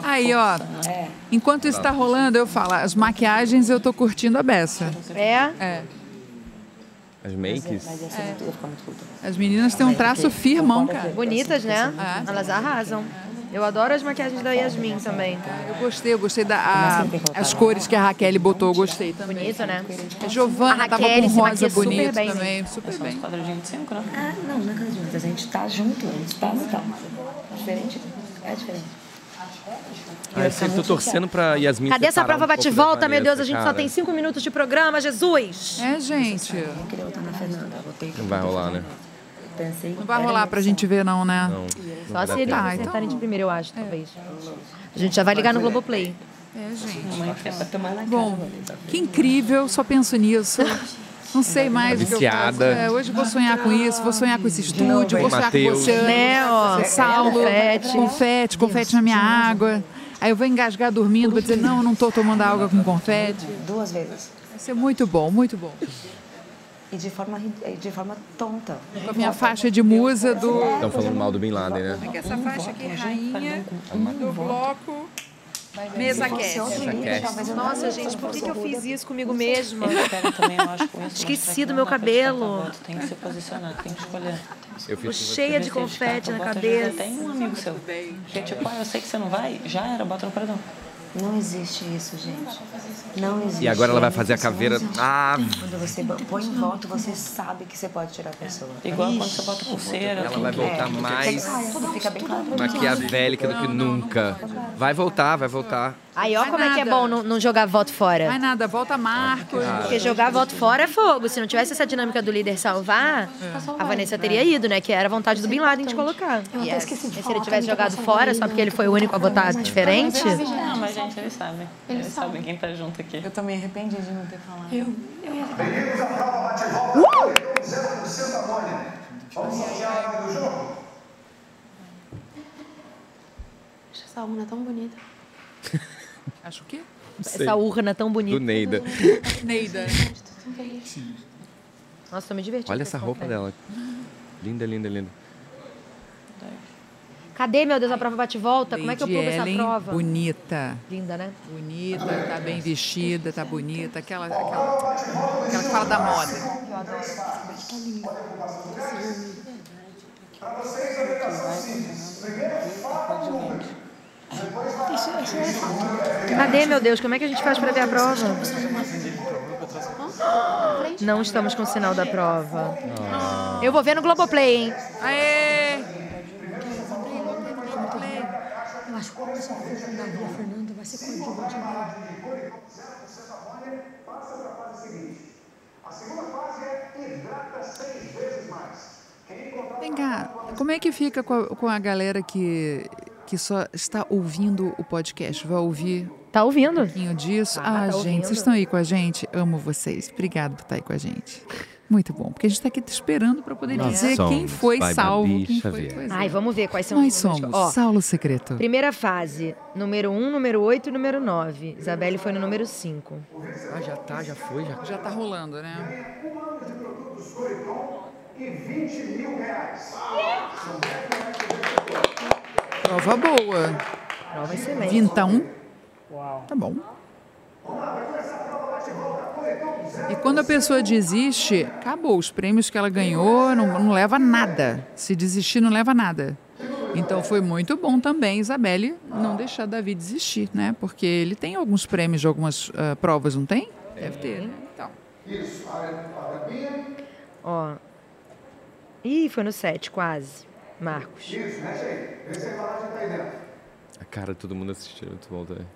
Ah,
Aí, ó. Enquanto isso tá rolando, eu falo, as maquiagens eu tô curtindo a beça.
É?
É.
as makes?
Mas ia ser muito, eu ia ficar muito puta.
As meninas têm um traço firmão, cara.
Bonitas, né? Elas arrasam. Eu adoro as maquiagens da Yasmin também.
Eu gostei, eu gostei da a- Ah, as cores que a Raquel botou, eu gostei também.
Bonito, né?
A Giovana
A
tava
Raquel
com
se
rosa
maquia super
é bonito
bem, né?
também, super bem.
Quadradinho de cinco, né?
Ah, não, não acredito. A gente tá junto, a gente tá no tal. Diferente. É diferente.
Ah, eu sei, tô torcendo pra Yasmin.
Cadê essa
separar um
prova
pouco da
bate-volta, meu Deus?
Vanessa,
A gente só
cara.
tem cinco minutos de programa, Jesus!
É, gente.
Eu queria votar na Fernanda. Eu votei.
Não vai rolar, né?
Pensei.
Não vai rolar pra gente ver, não, né?
Não.
Só se eles
Tá,
acertarem de primeiro, eu acho, talvez. A gente já vai ligar no Globoplay.
É, gente.
gente.
Bom, que incrível, só penso nisso. Não sei mais o que eu faço.
Viciada.
É, hoje eu vou sonhar com isso, vou sonhar com esse estúdio, vou sonhar com
Mateus.
você.
Né, ó,
Saulo,
confete.
confete, confete na minha água. Aí eu vou engasgar dormindo, vou dizer, não, eu não tô tomando água com confete.
Duas vezes.
Vai ser muito bom, muito bom.
E de forma, rid- e de forma tonta.
Com a minha faixa de musa do...
né?
é
Estão falando mal do Bin Laden, né?
um
Essa faixa aqui, rainha
do
bloco
Mesa
Se fosse
cast.
outro
Mesa
livro,
cast.
talvez eu não
Nossa,
tivesse
gente, por que,
tanta
que eu fiz
frescura.
isso comigo mesma? Esqueci do meu
Tá
cabelo.
voto, tem que se posicionar, tem que escolher.
Eu fiz com
Cheia
você.
de confete na cabeça.
Tem um amigo seu. Que é tipo, ah, eu sei que você não vai, já era, bota no paredão.
Não existe isso, gente. Não existe.
E agora ela vai
Não
fazer a
existe.
caveira. Ah,
Quando você põe em voto, você sabe que você pode tirar a pessoa.
Igual
Ixi.
quando você bota pulseira.
Ela
tudo.
vai voltar
É, tem que
mais
ficar- tudo fica bem claro.
maquiavélica do que nunca. Vai voltar, vai voltar.
Aí, ó,
Vai
como é que é
nada.
bom não, não jogar voto fora.
Vai nada, volta Marcos.
Porque jogar voto fora é fogo. Se não tivesse essa dinâmica do líder salvar,
É. Tá
a Vanessa teria ido, né? Que era a vontade do Bin Laden de colocar. E é- e se ele tivesse jogado fora, só porque ele foi o único a votar
É
diferente.
Não, mas gente, eles sabem. Eles, sabem. quem tá junto aqui. Eu também arrependi de não ter falado. Eu,
Meninos, a prova bate e
Uh!
volta. Perdeu 0% anônimo. Vamos sortear a área do jogo?
Acho essa urna tão bonita.
Acho o quê?
Sei.
Essa urna tão bonita.
Do Neida.
Neida.
Nossa, eu me diverti.
Olha essa roupa dela. Linda, linda, linda.
Cadê, meu Deus, a prova bate-volta? Como é que eu
Lady
pulo essa
Ellen,
prova?
Bonita.
Linda, né?
Bonita, tá bem vestida, tá bonita. Aquela, aquela, aquela que fala da moda.
é Cadê, meu Deus? Como é que a gente faz pra ver a prova? Não estamos com o sinal da prova. Eu vou ver no Globoplay, hein?
Aê!
Eu acho que o pessoal que for da Vila Fernanda vai ser coadjuvante.
Vem cá, como é que fica com a, com a galera que, que só está ouvindo o podcast? Vai ouvir?
Tá ouvindo. Um
pouquinho disso.
Tá,
ah,
tá
gente,
ouvindo.
vocês estão aí com a gente? Amo vocês. Obrigado por estar aí com a gente. Muito bom, porque a gente está aqui te esperando para poder
Nós
dizer quem
somos
foi
Pai
salvo.
Babi
Quem foi,
Xavier.
pois é.
Ai, vamos ver quais são
Nós
os números.
somos
Ah, Ó,
Saulo Secreto.
Primeira fase, número 1, número 8 e número 9. Isabelle foi no número 5.
Ah, já tá, já foi, já.
Já tá rolando, né?
E 20 mil reais.
Prova boa.
Prova excelente.
Vintão. Tá bom. E quando a pessoa desiste, acabou. Os prêmios que ela ganhou não, não leva nada. Se desistir, não leva nada. Então foi muito bom também, Isabelle, não deixar Davi desistir, né? Porque ele tem alguns prêmios de algumas ah, provas, não tem? Deve ter, né? Então.
Isso, área para minha.
Ó. Ih, foi no 7, quase. Marcos.
Isso, mexe aí. Vê se a embalagem tá aí dentro.
A cara de todo mundo assistindo, muito bom também.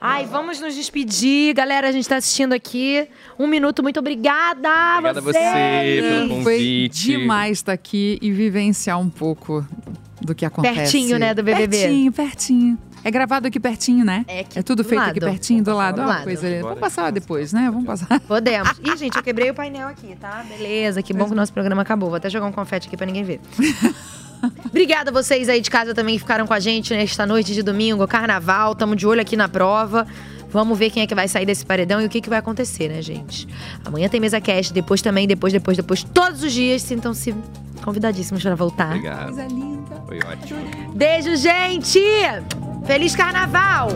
Ai, vamos nos despedir, galera. A gente tá assistindo aqui. Um minuto, muito obrigada.
Obrigada a você pelo convite.
Foi demais estar aqui e vivenciar um pouco do que acontece.
Pertinho, né, do BBB.
Pertinho, pertinho. É gravado aqui pertinho, né? É, tudo
do
feito
lado. Tá
aqui pertinho, do lado.
lá do
Ó,
lado.
coisa linda.
Bora.
Vamos passar lá depois, né? Vamos passar.
Podemos. Ih, gente, eu quebrei o painel aqui, tá? Beleza, que bom que o nosso programa acabou. Vou até jogar um confete aqui pra ninguém ver. Obrigada a vocês aí de casa também que ficaram com a gente nesta noite de domingo, carnaval. Tamo de olho aqui na prova. Vamos ver quem é que vai sair desse paredão e o que, que vai acontecer, né, gente? Amanhã tem mesa cast, depois também, depois, depois, depois, todos os dias. Sintam-se convidadíssimos pra voltar.
Obrigado. Foi ótimo.
Beijo, gente! Feliz carnaval!